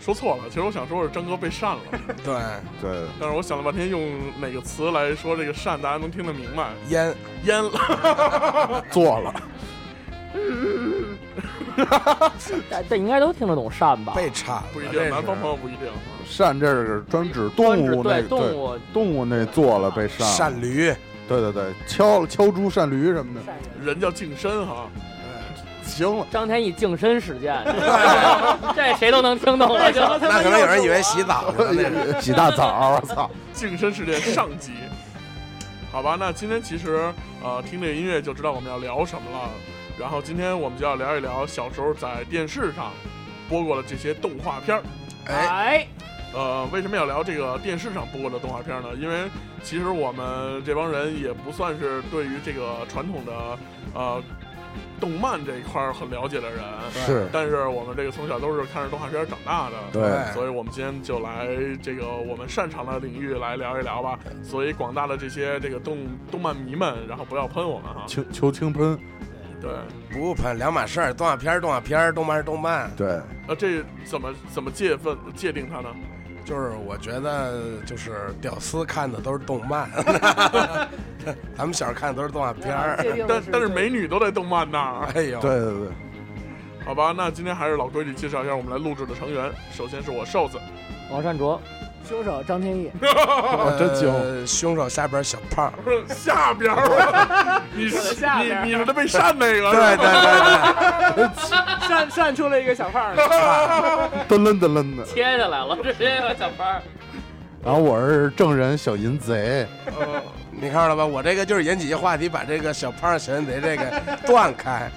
说错了，其实我想说是张哥被扇了，对，对，但是我想了半天用哪个词来说这个扇，大家能听得明白？ 烟淹了，做了，但但应该都听得懂扇吧？被铲了，不一这定，啊是南方朋友不一定。扇这是专指专动指物那对动物动物那做了被扇，鳝驴，对对对，敲敲猪扇驴什么的，扇人人叫净身哈，行 了，张天翼净身 事件， 这谁都能听懂了。就 那可能有人以为洗澡去了那是。哎洗大澡，我操，净身事件上集。好吧，那今天其实呃听这个音乐就知道我们要聊什么了。然后今天我们就要聊一聊小时候在电视上播过的这些动画片儿。哎，哎，呃，为什么要聊这个电视上播过的动画片呢？因为其实我们这帮人也不算是对于这个传统的呃动漫这一块儿很了解的人，是，但是我们这个从小都是看着动画片长大的。哎对，所以，我们今天就来这个我们擅长的领域来聊一聊吧。所以，广大的这些这个动动漫迷们，然后不要喷我们哈。求求轻喷，对，不喷两码事儿，动画片儿动画片儿，动漫是动漫。对，呃，这怎么怎么界分界定它呢？就是我觉得就是屌丝看的都是动 漫，咱们小时候看的都是动画片儿。但但是美女都在动漫那儿。哎呦，对对对，好吧，那今天还是老规矩，介绍一下我们来录制的成哎员。首先是我瘦子，王善卓，凶手张天翼，哦真行，呃凶手下边小胖，下边 儿，啊你我是的下边儿啊你你是他被扇那个，对对对扇扇出了一个小 胖儿，噔楞噔楞的，切下来了，这是一个小胖儿。然后我是证人小淫贼，对，呃，对，你看到了吧？我这个就是引起一话题，把这个小胖小淫贼这个断开，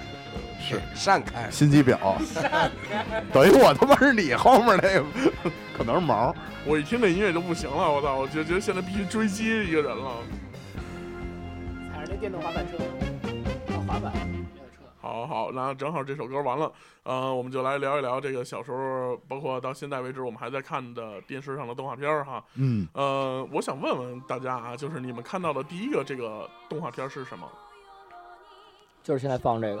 是散开。心机婊，等于我他妈是你后面那个， 可能是毛，我一听这音乐就不行了，我操，我就觉得现在必须追击一个人了。踩着那电动滑板车，滑板没有车。好好，那正好这首歌完了，呃，我们就来聊一聊这个小时候，包括到现在为止我们还在看的电视上的动画片儿哈。嗯，呃，我想问问大家啊，就是你们看到的第一个这个动画片儿是什么就是现在放这个，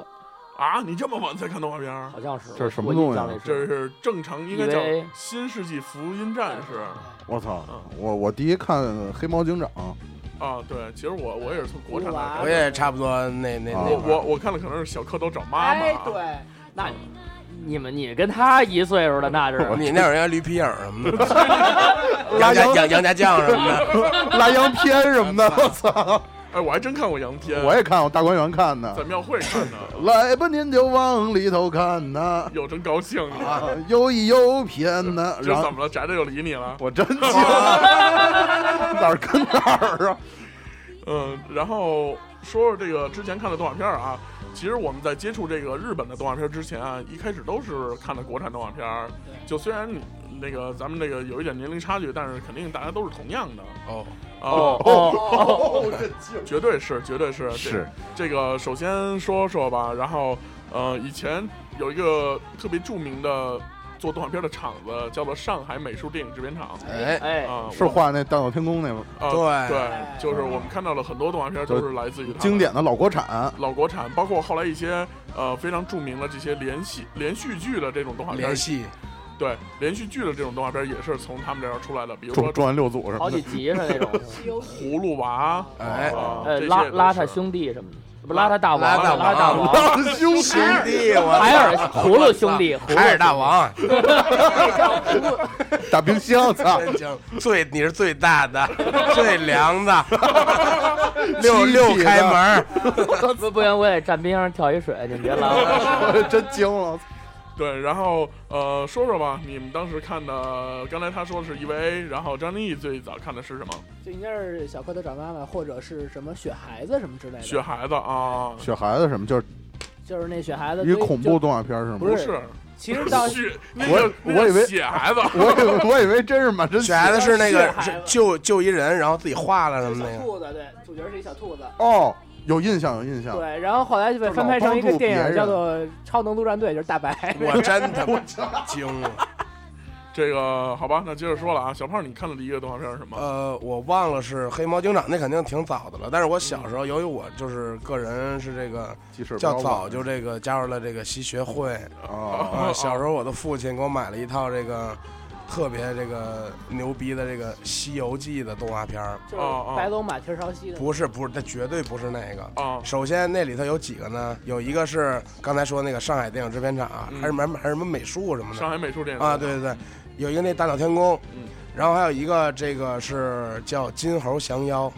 啊？你这么晚才看动画片儿？好像是这是什么我印东西啊象里这是是正常应该叫以为《新世纪福音战士我操嗯，我我第一看黑猫警长，》啊，对，其实我我也是从国产来看我也差不多那那啊那我会儿我我看了可能是小蝌蚪找妈妈，哎，对，那你们你跟他一岁数的那 哦是你那会儿应该驴皮影什么 的，杨拉家洋杨杨家将什么的，拉洋片什么的，我操！哎，我还真看过杨天，我也看，我大观园看的在。庙会看的，来吧，您就往里头看呐，有真高兴啊！啊，有一有偏呐。这然怎后么了？宅宅又理你了？我真惊了，哪儿跟哪儿啊？嗯，然后说说这个之前看的动画片儿啊，其实我们在接触这个日本的动画片儿之前啊，一开始都是看的国产动画片儿，就虽然你那个咱们这个有一点年龄差距，但是肯定大家都是同样的 哦，哦哦，真惊！绝对是，绝对是是这这个。首先说说吧，然后呃，以前有一个特别著名的做动画片的厂子，叫做上海美术电影制片厂哎，哎，啊，是我画那大闹天宫那吗啊，对对，就是我们看到了很多动画片都是来自于他们经典的老国产，老国产，包括后来一些呃非常著名的这些连续连续剧的这种动画片，联系对连续剧的这种动画片也是从他们这儿出来的，比如重说重案六组什 好么几的。集是那种，葫芦娃，哎哦啊呃，这些邋都邋是遢兄弟什么的，不邋遢大王，邋遢邋遢大王王，啊兄弟，兄弟，我海尔葫芦兄弟，葫芦 海尔大王，大冰箱，操！真行， 最你是最大 的，最凉的， 六六开 门，兄弟，不不行，我得站冰箱上跳一水，你别拦我。 真惊了！对，然后呃，说说吧，你们当时看的，刚才他说是 EVA，然后张立最早看的是什么？就应该是小蝌蚪找妈妈，或者是什么雪孩子什么之类的。雪孩子啊，雪孩子什么，就是就是那雪孩子一堆恐怖动画片是吗？不是是其实 到血，那个我那个我以为血孩子，我以为我以为真是满 身雪孩子是那雪个孩子是救救一人，然后自己化了什是么那小个。兔子，对，主角是一小兔子。啊哦，有印象有印象。对，然后后来就被就翻老拍成一帮个助别电人影，叫做《超能陆战队》，就是大白。 我真他妈惊了，这个好吧，那接着说了啊，小胖，你看的第一个动画片是什么？呃，我忘了是黑猫警长，那肯定挺早的了。但是我小时候，由于我就是个人是这个记事较早就这个加入了这个习学会，哦，啊，哦小时候我的父亲给我买了一套这个特别这个牛逼的这个《西游记》的动画片儿， 就是哦哦白龙马蹄儿朝西的，不是不是，它绝对不是那个。啊，首先那里头有几个呢？有一个是刚才说那个上海电影制片厂啊，嗯还是买还是什么美术什么上的海美术电影啊？对对对，有一个那大闹天宫嗯，然后还有一个这个是叫金猴降妖，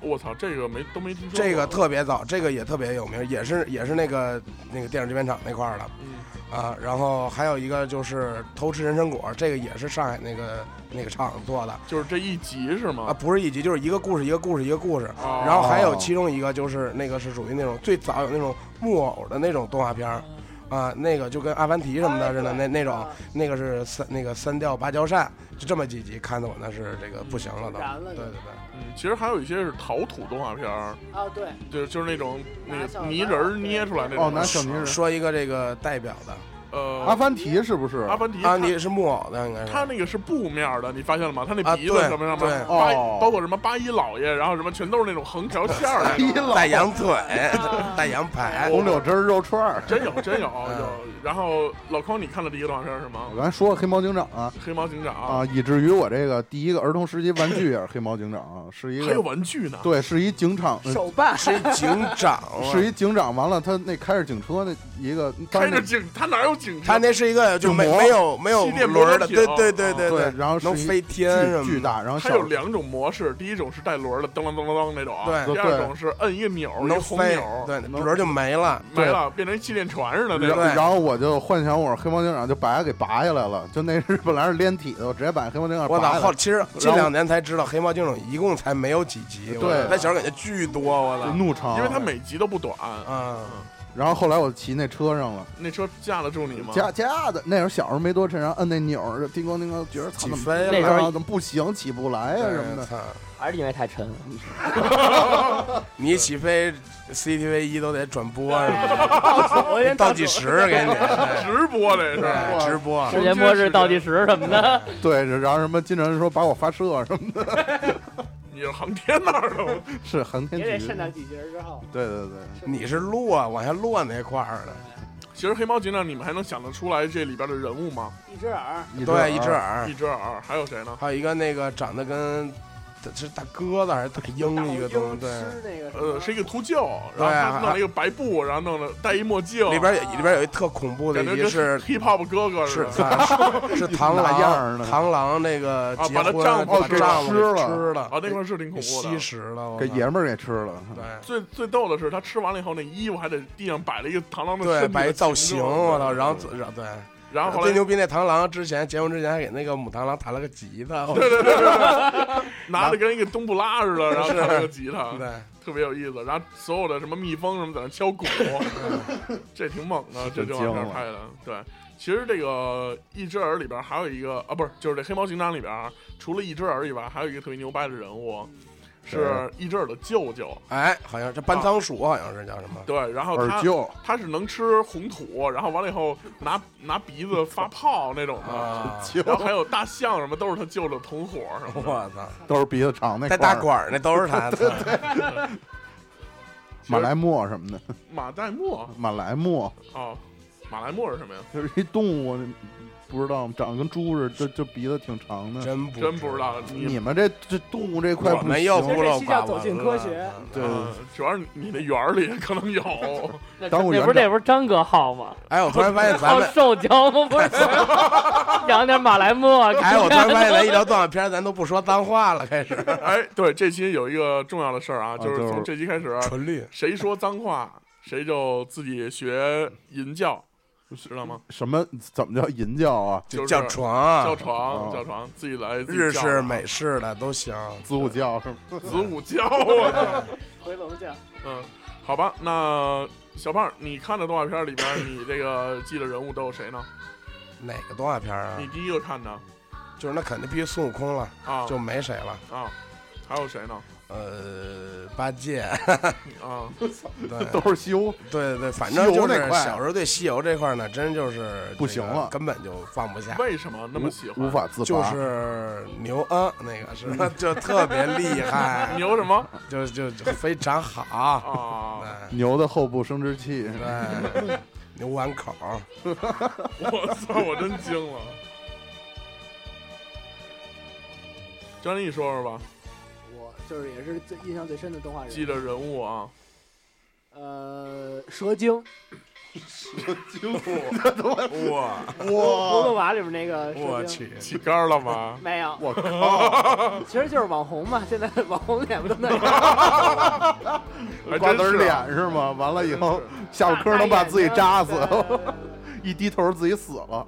我操，这个没都没听说过。这个特别早，这个也特别有名，也是也是那个那个电影制片厂那块儿的。嗯啊，然后还有一个就是偷吃人参果，这个也是上海那个那个厂做的就是这一集是啊，吗？不是一集，就是一个故事一个故事一个故事。啊然后还有哦其中一个就是那个是属于那种最早有那种木偶的那种动画片儿，啊，那个就跟阿凡提什么的似的，那那种啊那个是三那个三调芭蕉扇，就这么几集看的我那是这个不行了都。燃了对就对对，嗯，其实还有一些是陶土动画片儿，啊，对，对，就是那种那个泥人儿捏出来那哦，种。拿小泥人。说一个这个代表的阿呃，凡提是不是？阿凡提他啊，你是木偶的应该是他那个是布面儿的，你发现了吗？他那啊鼻子对什么什对么，八哦包括什么八一老爷，然后什么全都是那种横条线儿的那 种。带羊腿，带啊羊排，红柳枝儿肉串儿。真有真有嗯有。然后老匡，你看的第一个动画片是什么我？刚才说了黑猫警长啊黑猫警长啊，，以至于我这个第一个儿童时期玩具也是黑猫警长啊，是一哎还有个玩具呢。对，是一警长，嗯呃手办，是一警长啊，是一警长。完了，他那开着警车那一个，当开然着警，他哪有警他察？那是一个就没就磨没有没有气垫轮儿的，摩托艇对对对哦对对，然后是能一飞天什么巨巨的，大，然后它小有两种模式，第一种是带轮儿的，噔噔噔噔噔那种啊；对第二种是摁一个钮儿，一个能红飞钮儿，，对，能轮儿就没了。没了，变成一气垫船似的那然种。后对然后我就幻想我是黑猫警长，就把它给拔下来了。就那是本来是连体的，我直接把黑猫警长我拔操！下后来，其实近两年才知道，《黑猫警长》一共才没有几集，我对啊操那小时候感觉巨多，我就操！怒长。因为它每集都不短。嗯，然后后来我骑那车上了，那车架得住你吗？加加的那时候小时候没多趁，然后摁那钮儿，叮咣叮咣，觉得操起怎么飞了那那时候怎么不行，起不来啊呀、什么的。操！还是因为太沉了。你一起飞，CCTV 一都得转播什么我的，先 倒计时给你，直播这是。对直播世界末日倒计时什么啊的，对，然后什么金晨说把我发射什么的，你是航天那儿的，是航天也得局上。长几节儿之后，对对对，你是落往下落那块儿的，其实黑猫警长，你们还能想得出来这里边的人物吗？一只耳，对，一只耳，耳一，只耳，还有谁呢？还有一个那个长得跟是大鸽子还是大大鹰老一个鹰东西，对。吃那个什么呃，是一个秃鹫，然后他弄了一个白布，然后弄了戴一墨镜，里边有里边有一特恐怖的感觉哦一跟集是 hip hop 哥哥似是 的。 是是螳哪螂样儿呢哦螳螂那个啊结把它婚丈夫把给丈夫吃给了哦吃了啊，那块儿是挺恐给怖的吸。食了，我给操爷们儿给吃了。对最最逗的是，他吃完了以后，那衣服还在地上摆了一个螳螂的身对体摆一的造形型，状我操，然后自然后对，然后后最来牛逼 那螳螂之前结婚之前还给那个母螳螂弹了个吉他， 对对对对对， 拿的跟一个冬不拉似的，然后弹了个吉他，对，特别有意思。然后所有的什么蜜蜂什么在那敲鼓， 这挺猛的，这真这玩意惊儿了拍的。对，其实这个《一只耳》里边还有一个啊，不是，就是这《黑猫警长》里边，除了一只耳以外，还有一个特别牛掰的人物，是一只耳的舅舅。哎，好像这搬仓鼠好像是叫什么，对，然后耳他啊臼，他是能吃红土，然后完了以后拿拿鼻子发泡那种的。啊，然后还有大象什么都是他舅的同伙什么的。 我操，都是鼻子长那带块大儿管儿那都 是他，操马来貘什么的，马代沫马来貘哦，马来貘是什么呀？就是一动物，不知道吗？长得跟猪似的，就就鼻子挺长的。真不真不知道你你们这这动物这块我不们又行孤这陋期寡叫闻走进了科学对啊呃主要是你的园儿里可能有。 那当我那园不是长那不是张哥号吗？哎，我突然 发现咱好啊们。受教吗？不是， 养点马来貘。啊哎，我突然发现咱一聊动画片，咱都不说脏话了，开始哎，对，这期有一个重要的事儿啊，就是就是从这期开始，纯绿。谁说脏话，谁就自己学淫教，知道吗？什么怎么叫淫教啊？就就是叫床叫啊，床，哦叫床，自己来自己啊日叫式、美式的都行。子午教是吗？子午教啊。 回龙酱，嗯，好吧，那小胖，你看的动画片里边，你这个记得人物都有谁呢？哪个动画片啊你？第一个看的就是那肯定必须孙悟空了，哦啊，就没谁了。啊，还有谁呢？呃，八戒， 啊，对都是修，对对，反西正就游是这块小时候对西游这块呢，真就是不这个行了根本就放不下。为什么那么喜无欢？无法自拔。就是牛啊，那个是 就特别厉 害，牛什么就就就非常好。 啊？对牛的后部生 殖器，对，牛丸口，我操，我真惊了。张丽，你说说吧，我就是也是最印象最深的动画记人，得人物啊，呃，蛇精， 哇， 葫芦娃里面那个我啊蛇精，去，起杆了 吗？没有，我靠，其实就是网红嘛，现在网红脸不都那样？还瓜真子儿是啊脸是吗？完了以后真下巴颏能把自己扎死，对 一低头自己死了。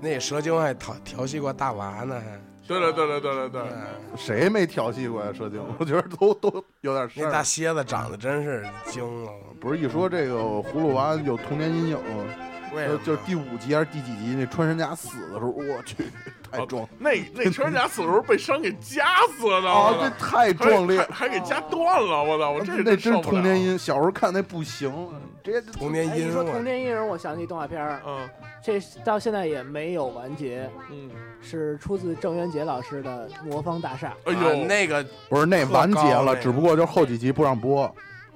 那蛇精还调调戏过大娃呢，对了，对了，对了，对还哎了，嗯谁没调戏过呀？射精，我觉得都都有点事那大儿。蝎子长得真是精了，不是一说这个葫芦娃有童年阴影，为什就么就是第五集还是第几集那穿山甲死的时候，我去，哦太壮那那穿甲死的时候被伤给夹死了，啊，我这操太壮烈啊还，还还给夹断了，哦哎我操，我这那真受是不童年了。阴。小时候看那不行，直接童年哎， 阴你说童影，年阴影，我想起动画片 儿，嗯这到现在也没有完结，嗯，是出自郑渊洁老师的《魔方大厦哎啊呦，那个不是那完结特高了，那只不过就是后几集不让播。》，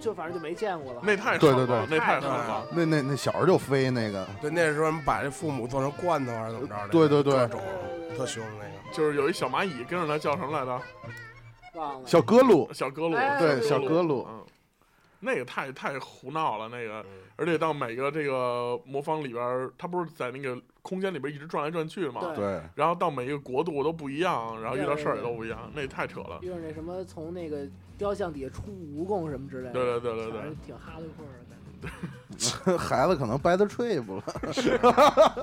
就反正就没见过了。那太狠对了对对那太狠对了。那那那小时候就飞那个，对那时候你把这父母做成罐头还是怎么着的，对对对各种特凶那个。就是有一小蚂蚁跟着他叫什么来着？忘了。小哥鲁，小格鲁，哎对小格格鲁嗯，那个太太胡闹了，那个，而且到每个这个魔方里边儿，他不是在那个空间里边一直转来转去嘛，对对，然后到每一个国度都不一样，然后遇到对对事儿也对都不一样，那也太扯了。又是那什么从那个雕像底下出蜈蚣什么之类的，对对对对对反正挺哈利波特的感觉。 孩子可能掰的吹不了。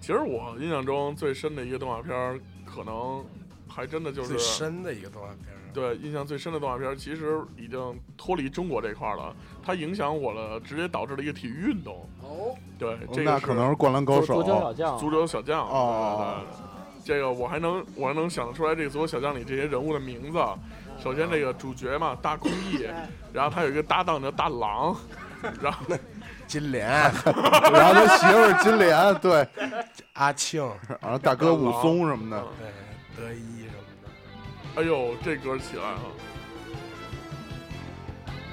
其实我印象中最深的一个动画片儿，可能还真的就最是啊深的一个动画片儿。对印象最深的动画片，儿，其实已经脱离中国这块儿了，它影响我了，直接导致了一个体育运动。哦，对，这那个可能是灌篮高足手球， 小将，足球小将哦对对对这个我还能我还能想得出来这个足球小将里这些人物的名字。首先这个主角嘛，大空翼，然后他有一个搭档叫大狼，然后金莲、然后他媳妇儿金莲，对，啊阿庆、然后大哥武松什么的，对德一什么的，哎呦这歌起来了，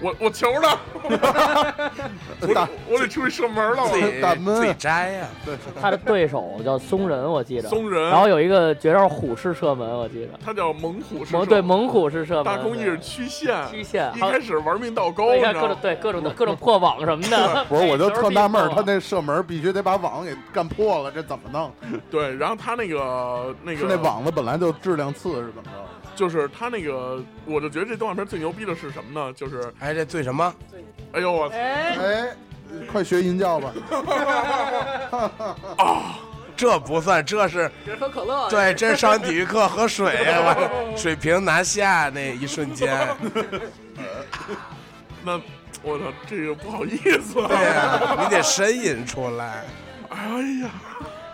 我我求了，嗯 我得我得出去射门了，自我己大闷自己摘呀、他的对手叫松仁，我记得。松然人，后有一个绝招虎式射门，我记得。他叫猛虎是猛对猛虎式射门。大空翼是对曲线，曲线，一还有开始玩命倒钩，对你知你看各道种吗？对各种的各种破网什么的。哎不是，我就特纳闷儿，这他球必那射门必须得把网给干破了，这怎么弄？对，然后他那个那是啊个那网子本来就质量次是怎么着？就是他那个，我就觉得这动画片最牛逼的是什么呢？就是，哎，这最什么？哎呦我操哎，哎，快学银教吧，这不算，这是这喝可乐，，对，这是上体育课喝水呀、我水平拿下那一瞬间，那我操，这个不好意思啊！对呀、你得呻吟出来，哎呀，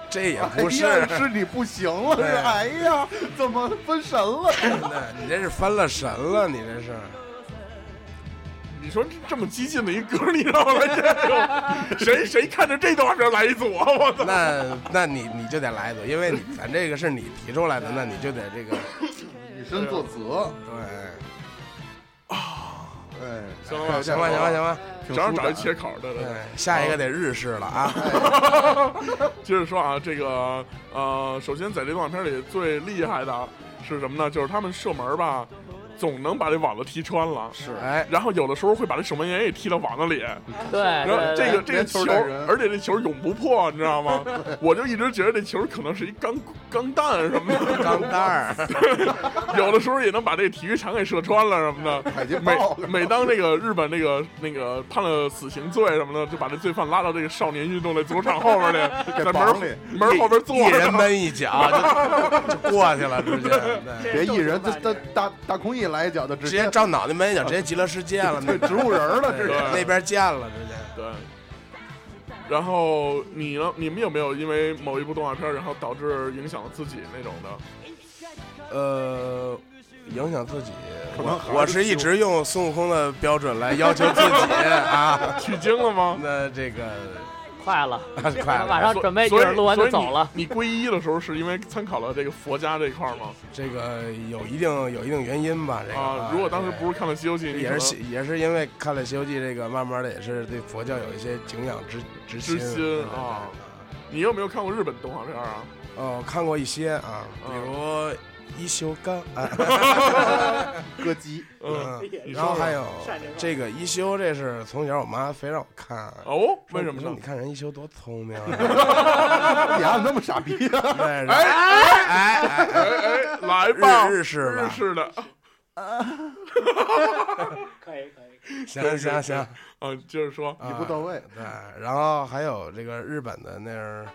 这 也哎不是，呀，是你不行了，是对哎呀，怎么分神了？那你这是翻了神了，你这是。你说这么激进的一歌，你让我来这个，谁谁看着这动画片来一组啊？我操！那那你你就得来一组，因为你咱这个是你提出来的，那你就得这个以身作则，对，哎，行了吧行吧行吧行吧，挺正好舒找一展切口儿对对对。对，下一个得日式了啊。哎接着说啊，这个呃，首先在这动画片里最厉害的是什么呢？就是他们射门吧，总能把这网子踢穿了。是哎，然后有的时候会把这守门员也踢到网子里，胜对，然后哎对这个对这个连球球带人，而且这球永不破，你知道吗？我就一直觉得这球可能是一钢钢弹什么的，钢蛋 儿，有的时候也能把这体育场给射穿了什么 的。海军每报，每当这个日本那个那个判了死刑罪什么的，就把这罪犯拉到这个少年运动的足场后边去， 给在绑门里门后边坐一着 人。闷一脚就就过去了，直接。对别一人，这大大大空翼一来一脚就直直接照脑袋门一脚，直接极乐世界了，那对植物人了，这对是。那边见了，直接。对。然后你呢？你们有没有因为某一部动画片，然后导致影响了自己那种 的？呃，影响自己。可能我还是我是一直用孙悟空的标准来要求自己啊。 取经了吗？那这 个快了，快了，马上所准备一所会以儿录完就所以走了。你你皈依的时候是因为参考了这个佛家这一块儿吗？这个有一定有一定原因吧。这个啊，如果当时不是看了《西游记》，对你也可是能喜也是因为看了《西游记》，这个慢慢的也是对佛教有一些敬仰之之心之心啊。你有没有看过日本动画片啊？哦，看过一些啊，比如一休刚，啊歌 姬，嗯，嗯你然说后说还有善这块儿这个一休，这是从小我妈非让我看，哦，为什么说呢你？看人一休多聪明啊，你按那么傻逼 啊？哎哎哎哎，哎，来吧，日日式日吧，式的可以可以，可以行行行，啊，接着说，你不到位，对，然后还有这个日本的那儿，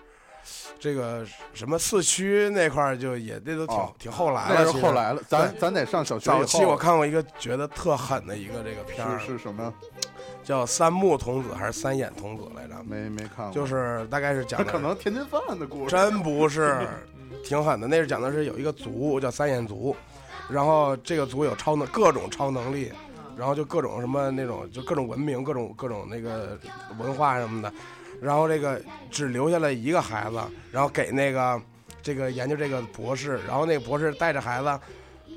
这个什么四驱那块儿就也那都挺、哦挺后来了，那其是实后。来了，咱咱得上小学以早后。期我看过一个觉得特狠的一个这个片儿是，是什么？叫三木童子还是三眼童子来着？没没看过，就是大概是讲他的，啊可能天津饭的故事。真不 是，挺狠的。那是讲的是有一个族叫三眼族，然后这个族有超能各种超能力，然后就各种什么那种就各种文明、各种各种那个文化什么的，然后这个只留下了一个孩子，然后给那个这个研究这个博士，然后那个博士带着孩子，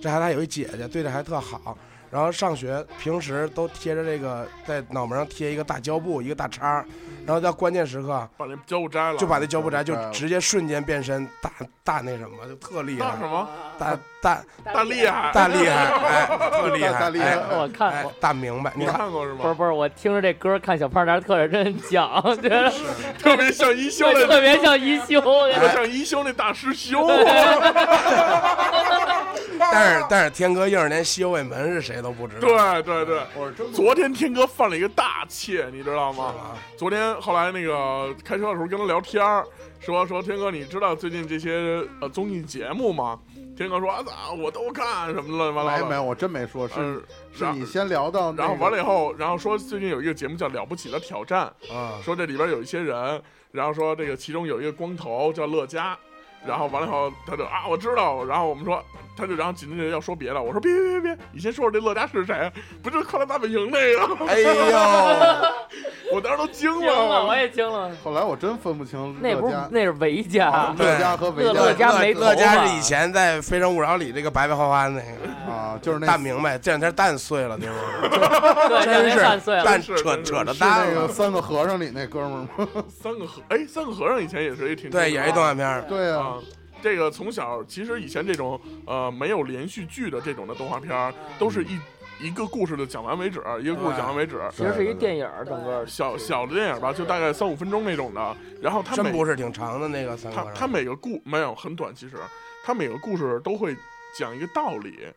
这孩子还有一姐姐，对这还特好。然后上学平时都贴着这个，在脑门上贴一个大胶布，一个大叉儿，然后到关键时刻，把那胶布摘了，就把那胶布摘宅就了直接瞬间变身大大那什么，就特厉那什害，么大大大厉害，大厉害，哎，特厉害，大大厉害哎我看哎我大明白，你你看看过是不是吗？不是，我听着这歌，看小胖男特认真讲，觉得特别像一休特那，别像一休。特别像一休那大师兄，但是但是天哥硬是连西游卫门是谁都不知道，对对对。我是真不昨天天哥犯了一个大怯，你知道是吗吗？昨天后来那个开车的时候跟他聊天儿，说说天哥，你知道最近这些呃综艺节目吗？天哥说啊，咋我都看什么乱七八没糟没的。有，我真没说，是嗯，是然你先聊到那个，然后完了以后，然后说最近有一个节目叫《了不起的挑战啊》，，说这里边有一些人，然后说这个其中有一个光头叫乐嘉，然后完了以后他就啊我知道，然后我们说他就然后紧接着要说别的，我说别别别别，你先说说这乐嘉是谁，不就是《快乐大本营》那个？哎呦，我当时都惊惊了，了，我也惊了。后来我真分不清那乐不是嘉、那是维嘉，乐嘉和维乐嘉嘉没头发乐嘉是以前在《非诚勿扰》里这个白白花花那个啊，就是那大明白，这两天蛋碎了，对不对？ 对，真是三岁了。蛋真扯是扯着是蛋那了，个三个和尚里那哥们儿吗？ 三个和哎，三个和尚以前也是一挺对，也是一动画片儿，对啊啊。，这个从小其实以前这种呃没有连续剧的这种的动画片儿，都是一一个故事的讲完为止，一个故事讲完为止。其实是一电影儿，整个小小的电影吧，就大概三五分钟那种的。然后它真每不是挺长的那个三个它人，它每个故没有很短，其实它每个故事都会讲一个道理。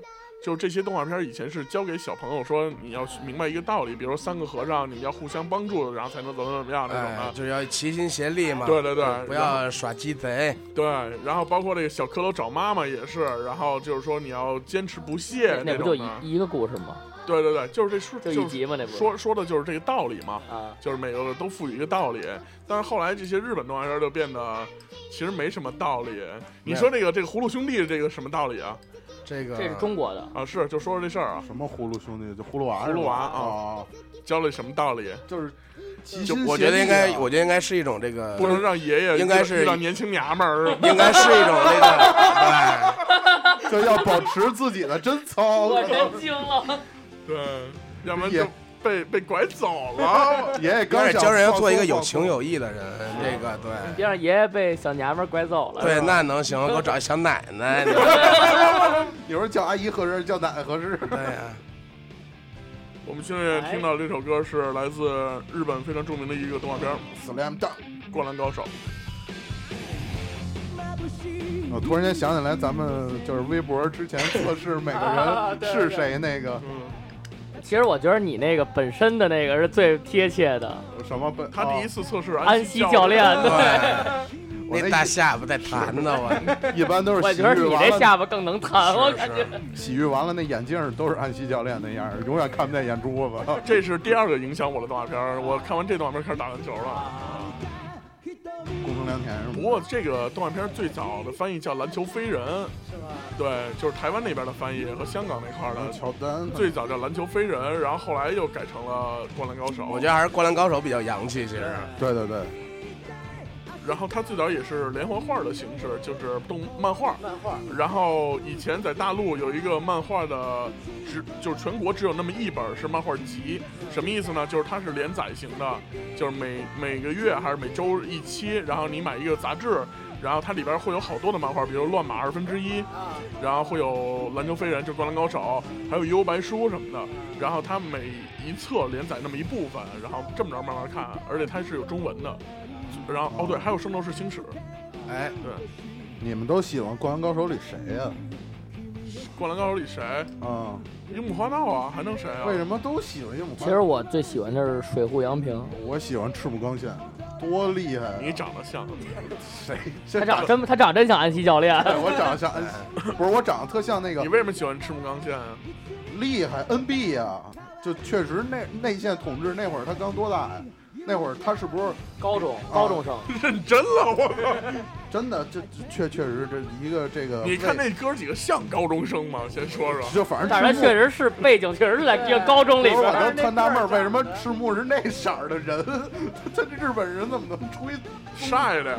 就是这些动画片儿以前是教给小朋友说，你要去明白一个道理，比如说三个和尚，你们要互相帮助，然后才能怎么怎么样那种的哎，。就是要齐心协力嘛。对对对不要耍鸡贼。对，然后包括这个小蝌蚪找妈妈也是，然后就是说你要坚持不懈那不种就的。一一个故事吗？对对对，就是这说就就一是集吗？那不是说说的就是这个道理嘛，啊，就是每个都赋予一个道理。但是后来这些日本动画片就变得其实没什么道理。你说这个这个葫芦兄弟这个什么道理啊？这个这是中国的，啊是，就说说这事儿啊，什么葫芦兄弟，就葫芦娃葫是吧，芦娃啊啊，教了什么道理？就是齐就心我觉得协应力啊该，我觉得应该是一种这个，不能让爷爷呃应该遇到是遇到年轻娘们儿。应该是一种那个，哎，就要保持自己的贞哦操。惊了。 对，要不然就也被被拐走了。 爷爷有啊刚点想教人要放做一个松有放情松有义的人，这个对别让爷爷被小娘们儿拐走了。对，是吧那能行？给我找一小奶奶，对有人叫阿姨合适，叫奶奶合适。呀，我们现在听到这首歌是来自日本非常著名的一个动画片儿 Slam dunk。 《灌篮高手》。我突然间想起来，咱们就是微博之前测试每 啊个人是谁那个嗯，其实我觉得你那个本身的那个是最贴切的，什么本，啊他第一次测试安安西教练，练，对，对，我那大下巴在弹呢，我 一般都是我洗觉得浴你完这了，下巴更能弹，我感觉。洗浴完了那眼镜都是安西教练那样，永远看不见眼珠子。这是第二个影响我的动画片儿。我看完这动画片儿开始打篮球了。共生良田是吗？不过这个动画片儿最早的翻译叫《篮球飞人》，是吧？对，就是台湾那边的翻译和香港那块儿的。乔丹最早叫《篮球飞人》，然后后来又改成了《灌篮高手》。我觉得还是《灌篮高手》比较洋气，其实对对对，然后它最早也是连环画的形式，就是动漫画。漫画，然后以前在大陆有一个漫画的，只就是全国只有那么一本是漫画集，什么意思呢？就是它是连载型的，就是每每个月还是每周一期，然后你买一个杂志，然后它里边会有好多的漫画，比如《乱马二分之一》，然后会有《篮球飞人》就《灌篮高手》，还有《幽白书》什么的。然后它每一册连载那么一部分，然后这么着慢慢看，而且它是有中文的。然后哦对，还有《圣斗士星矢》，哎，对，你们都喜欢《灌篮高手》里谁呀？ 《灌篮高手》里谁？啊，樱木花道啊，还能谁啊？为什么都喜欢樱木花其道？实我最喜欢的是水户洋平，我喜欢赤木刚宪，多厉害啊！你长得像，谁？他长真他长真像安西教练。哎我长得像，不是我长得特像那个你为什么喜欢赤木刚宪 啊？厉害 NB 呀、就确实内内线统治那会儿他刚多大呀、啊那会儿他是不是高中高中生，认真了，我操！真的？这这确确实这一个这个位，你看那哥几个像高中生吗？先说说，就反正但是他确实实是背景，确实是在一个高中里我边。 都特纳闷儿，为什么赤木是那色儿的人？ 他他这日本人怎么能吹？晒的呀。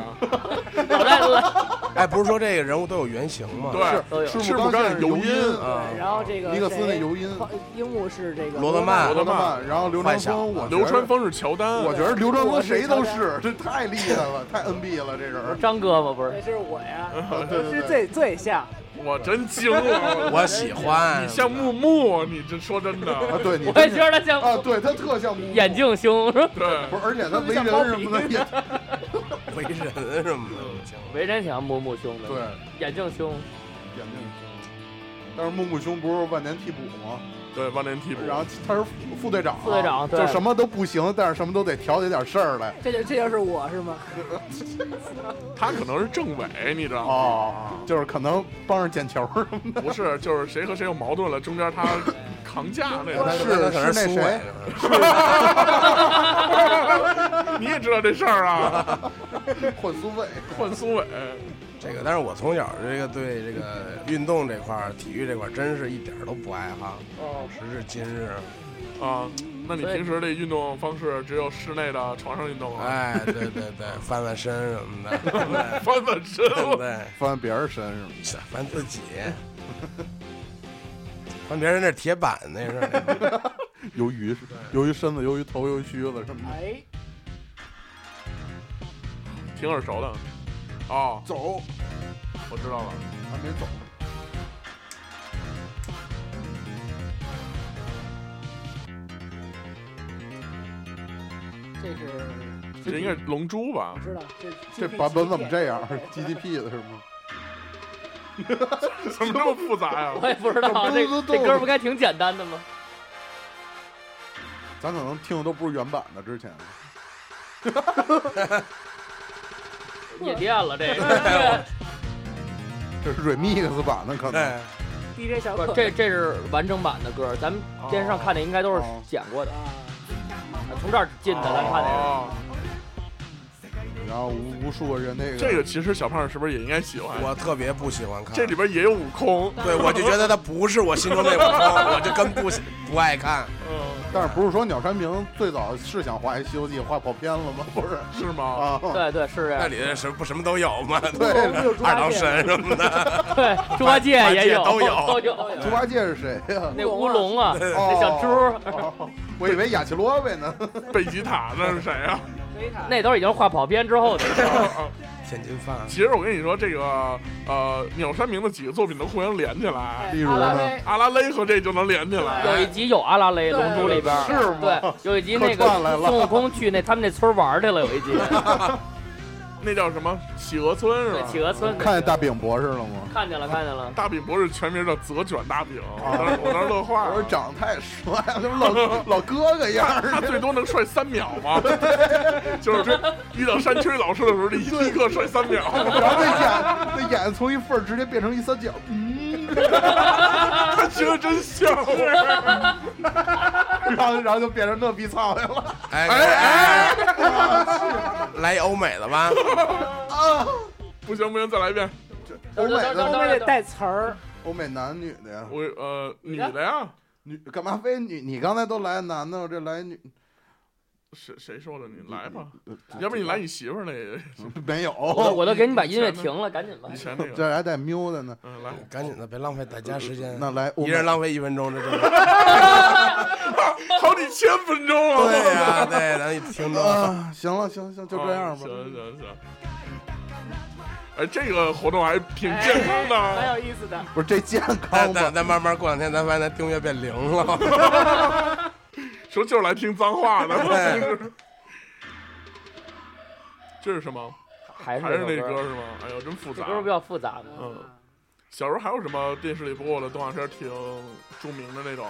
老赖老 哎，不是说这个人物都有原型吗？对，都有哎是赤赤木木刚刚宪宪是是尤尤因因啊，然后这个尼克斯那谁尤因，樱木是这个罗德罗曼德德曼曼，然后流川枫，我觉得流川，枫是乔丹，啊啊我觉得流川枫谁都是，这太厉害了，太 NB 了，这 人。张哥吗？不这是，是我呀，啊对对是对，最最像，我真惊了。我喜欢你像木木，你这说真 啊的，对你我也觉得他像啊，对他特像木木眼，镜 兄，对不，是，而且他为人什么的也为人什么的，没人想木木兄的，对，眼镜兄，眼镜但是木木兄不是万年替补吗？对，万年替补。然后他是副队长，啊副队长对就什么都不行，但是什么都得挑起点事儿来。这就这就是我是吗？他可能是政委，你知道吗？哦，就是可能帮着捡球什么的。不是，就是谁和谁有矛盾了，中间他扛架那他种。他可能是那苏谁伟，你也知道这事儿啊？ 换苏卫，换苏伟，这个，但是我从小这个对这个运动这块儿、体育这块儿，真是一点儿都不爱好。时至今日，啊，那你平时的运动方式只有室内的床上运动啊？哎，对对对，翻翻身什 么哎的，翻翻 身，对我对，翻别人身上。翻自己，翻别人那铁板那是。鱿鱼，鱿鱼身子，鱿鱼头，鱿鱼须子什么的。哎，挺耳熟的。哦，走，我知道了，还没走。这是这应该是《龙珠》吧我？知道，这这版本怎么这样 对？GDP 的是吗？怎么这么复杂呀、 我也不知道这这歌不该挺简单的吗？咱可能听的都不是原版的，之前夜店了这个，这是 remix 版的，可哎能对， DJ 小不可是 这这是完整版的歌，咱们电视上看的应该都是剪过的，啊，从这儿进的，咱看的。哦，然后无无数个人那个这个其实小胖是不是也应该喜欢？我特别不喜欢看。这里边也有悟空，对，我就觉得他不是我心中那悟空，我就跟不喜不爱看。嗯，但是不是说鸟山明最早是想画《西游记》，画跑偏了吗？ 不是是吗？啊，对对是这那样，里的什么不什么都有嘛，对有猪八戒二郎神什么的，对猪八戒也有猪八戒都有都都有猪八戒是谁呀？那乌龙啊，哦那小猪，哦我以为雅奇罗呗呢。贝吉塔那是谁啊呀、维塔 那都已经画跑偏之后的。天津 饭。啊其实我跟你说，这个呃，鸟山明的几个作品能互相连起哎来，例如阿呢拉蕾阿拉蕾和这就能连起来。有一集有阿拉蕾《龙珠》里边儿，是吗对，有一集那哦客串来个了孙悟空去那他们那村玩儿去了，有一集。那叫什么企鹅村是对吧？企鹅村看见大饼博士了吗？看见了，看见了。大饼博士全名叫泽卷大饼，我当时我当时乐坏我说了。长得太帅了，跟老老哥哥一样儿。 他最多能帅三秒嘛，就是这遇到山区老师的时候，立立刻帅三秒。然后那眼那眼从一缝儿直接变成一三角，嗯他学的真像。然后然后就变成那逼操去了。哎哎哎， 来一欧美的吧，不行不行，再来一遍。欧美等的会都儿得带词儿，嗯欧美男女的呀，我呃，女的呀，女干嘛非女？你刚才都来男的，我这来女，谁谁说的？你来吧，呃要不然你来你媳妇儿那个，没我都有，我都给你把音乐停了，赶紧吧以。前那个，这还带瞄的呢。嗯，来，赶紧的，别浪费大家时间，那来欧嗯一美人浪费一分钟，这就是。好几千分钟啊。对呀，对，咱一听 着，啊，行了行行，就这样吧行。啊行行。哎，这个活动还挺健康蛮的。啊哎有意思的。不是这健咱康吧咱？咱慢慢过两天，咱发现咱订阅变零了。 说就是来听脏话的对。 这是什么？还是还是那首歌，是吗？哎呦，真复这杂。歌比较复杂嘛。嗯，小时候还有什么电视里播过的动画片挺著名的那种？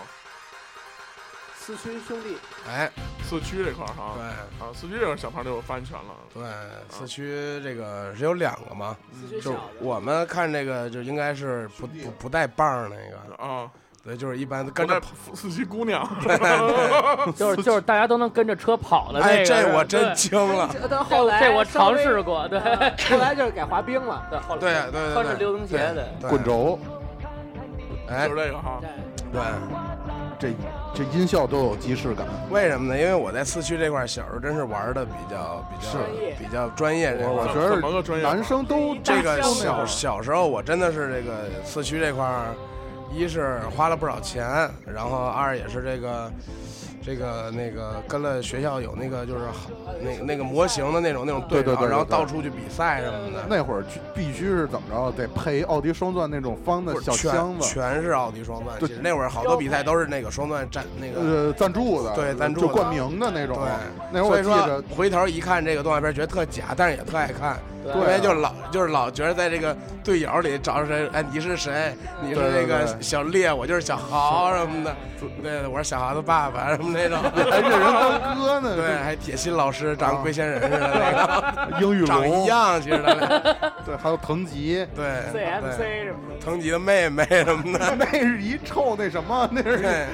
四驱兄弟，哎，四驱这块儿哈，对。啊，四驱这块儿小胖就有发言权了。对，四驱这个是有两个嘛，嗯四驱就是小的，我们看这个就应该是不不不带棒儿那个，啊，对，就是一般跟跟着着，四驱姑娘， 就是就是大家都能跟着车跑的哎，个是吧。这我对真惊了，这到后来这我稍尝微试过，对 呃 后来就是改滑冰了。对，后来对对对，穿着溜冰鞋的，对滚，轴，对哎就是，这个哈对，对，这这音效都有即视感。为什么呢？因为我在四驱这块儿小时候真是玩的比较比较专业比较专业这我我块觉儿。怎么个专得业法男生都这个都那样小小时候，我真的是这个四驱这块儿，一是花了不少钱，然后二也是这个这个那个跟了学校有那个就是好那那个模型的那种那种对对对对对然后到处去比赛什么的。那会儿去必须是怎么着，得配奥迪双钻那种方的小箱全子，全是奥迪双钻，对其实那会儿好多比赛都是那个双钻占那个。呃，赞助的，对赞助就的冠名的那种。对，那会儿我所记以着说，回头一看这个动画片，觉得特假，但是也特爱看，对啊因为就老就是老觉得在这个队友里找谁，哎，你是谁？你是对对那个对小烈，我就是小豪什么的。对，我是小豪的爸爸什么那 种。还认人当哥呢，对，还铁心老师长啊得龟仙人似的那 这英语个，长一龙，样，其实他俩对，还有藤吉， 对对， CMC 什么的，藤吉的妹妹什么的。 那是一臭那什么，那是 对，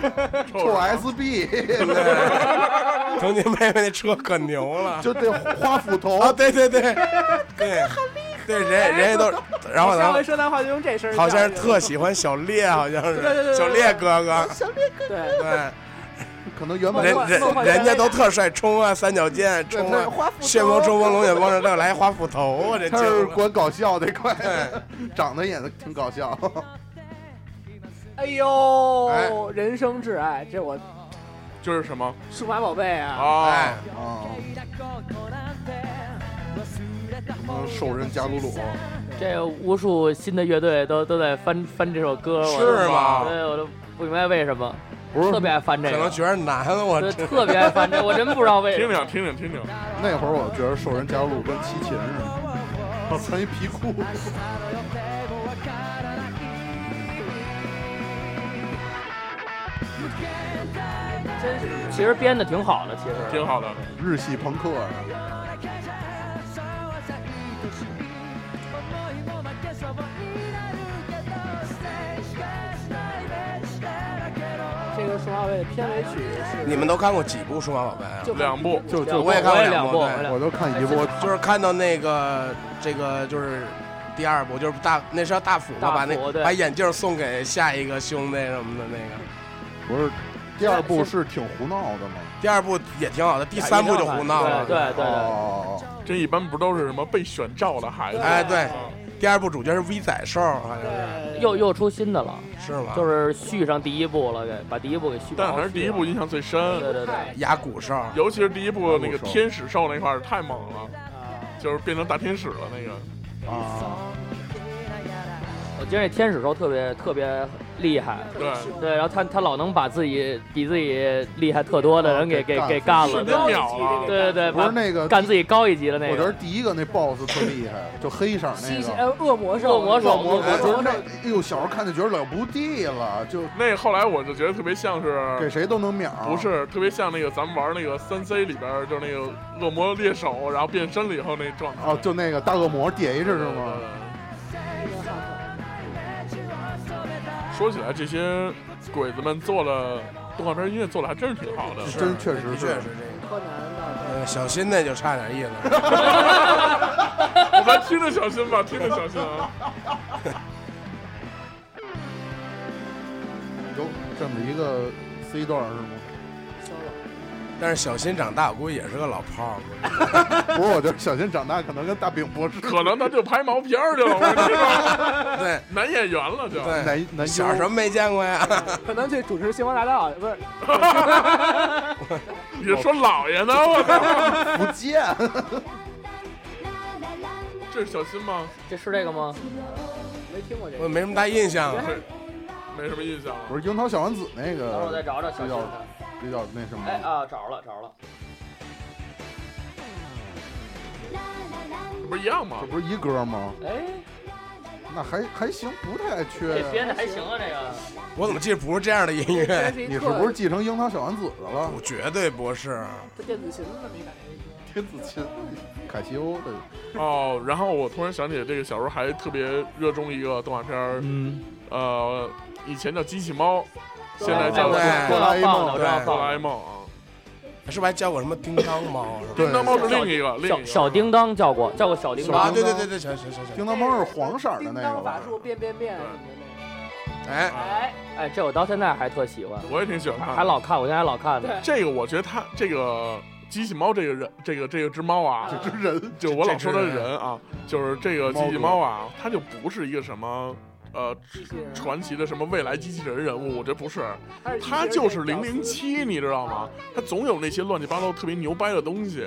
臭 SB，对藤吉妹妹那车可牛了。就这花斧头啊，，对对对，对，对，人人家都，然后上咱回们说那话就用这声儿叫好人，像是特喜欢小烈，好像对对对是对小烈哥哥，对，对。可能原本人梦幻人人山家脉都特帅，冲啊，三角剑，冲对花啊，旋风冲锋，龙卷风，这来花斧头啊，这他是劲儿管搞笑这块对，长得也挺搞笑。哎哎呦，人生挚爱，这我就是什么数码宝贝啊，啊哎，啊，嗯，兽人加鲁鲁，这无数新的乐队都都在翻翻这首歌，我都是吗？对，我都不明白为什么，不是特别爱翻这可能个，觉得难，我对，这特别爱翻这，我真不知道哎为什听么。听听听听听，那会儿我觉得兽人加鲁鲁跟齐秦似的，穿一皮裤。真是其实编的挺好的，其实挺好的。日系朋克，啊这个数码宝贝的片尾曲是你们都看过几部《数码宝贝》啊？就两部就就我也看我过也两两部，部我对也两我部都看一部，我哎就是看到那个这个就是第二部，就是大那是要大斧大吧，把那斧对把眼镜送给下一个兄弟什么的那个。不是第二部是挺胡闹的嘛。第二部也挺好的，第三部就胡闹了。哎对对对对，哦，这一般不都是什么被选召的孩子？哎对，嗯第二部主角是 V 仔兽，好像是呃又又出新的了，是吗？就是续上第一部了，给把第一部给续。但还是第一部印象最对深，对对，牙骨兽，尤其是第一部那个天使兽那块儿太啊哦猛了，就是变成大天使了那个。啊，我记得那天使时候特别特别厉害，对，对，然后他他老能把自己比自己厉害特多的人给给给干了，瞬对间秒了。对对，不是把那个，干自己高一级的那我觉得，个第一个那 boss 特厉害，就黑色那吸血个。呃恶魔兽，恶魔兽恶魔，我哎觉得那，哎呦，小时候看就觉得了不地了，就那后来我就觉得特别像给是，谁都能秒。不，是特别像那个咱们玩那个三 C 里边就是那个恶魔猎手，然后变身了以后那状态。哦，就那个大恶魔 D H 是吗？说起来，这些鬼子们做了动画片音乐，做的还真是挺好的。是真确实的是哎确是这个。柯南的呃，小新那就差点意思 了。我们听着小心吧，听着小心啊！有这么一个 C 段是吗？ solo，但是小新长大，我估计也是个老炮儿。不是，我觉得小新长大可能跟大饼博士可能他就拍毛片儿去了，我跟你说，对男演员了就。对， 男男小时候没见过 呀。可能去主持《星光大道》，不是你说老爷呢？我操！ 不见， 这是小新吗？这是这个吗？没听过这我个。没什么大印 象啊。没什么印象了。不是樱桃小丸子那等哦会儿我再个找找小心的。比较那什么。哎啊，找着了，找着了。这不是一样吗这？不是一哥吗？哎，那还还行，不太缺这呀。编的还行啊，这个。我怎么记得不是这样的音乐？你你是不是继承樱桃小丸子的了？我绝对不是。电子琴的没感觉？天子琴，凯西欧 的哦，然后我突然想起，这个小时候还特别热衷一个动画片儿，嗯，呃，以前叫机器猫，现在哎叫我哆正对要放呢，我正要啦放 A 呢。梦啊。是不是还教过什么叮当猫？是吧对叮当猫是另一个，另一小个小叮当叫过，叫过小叮啊，当。对对对对，小小小哎小。叮当猫是黄色的那叮哎个当吧法？术变变变什么的那哎，啊哎哎，这我到现在还特喜欢，我也挺喜欢看的。还老看，我现在还老看呢。这个，我觉得他这个机器猫这个人，这个这个只猫啊，这只人就我老说他这只人人啊，就是这个机器猫啊，它就不是一个什么呃个机器人，传奇的什么未来机器人人物，我觉得不是，它它就是零零。七，你知道吗？它总有那些乱七八糟、特别牛掰的东西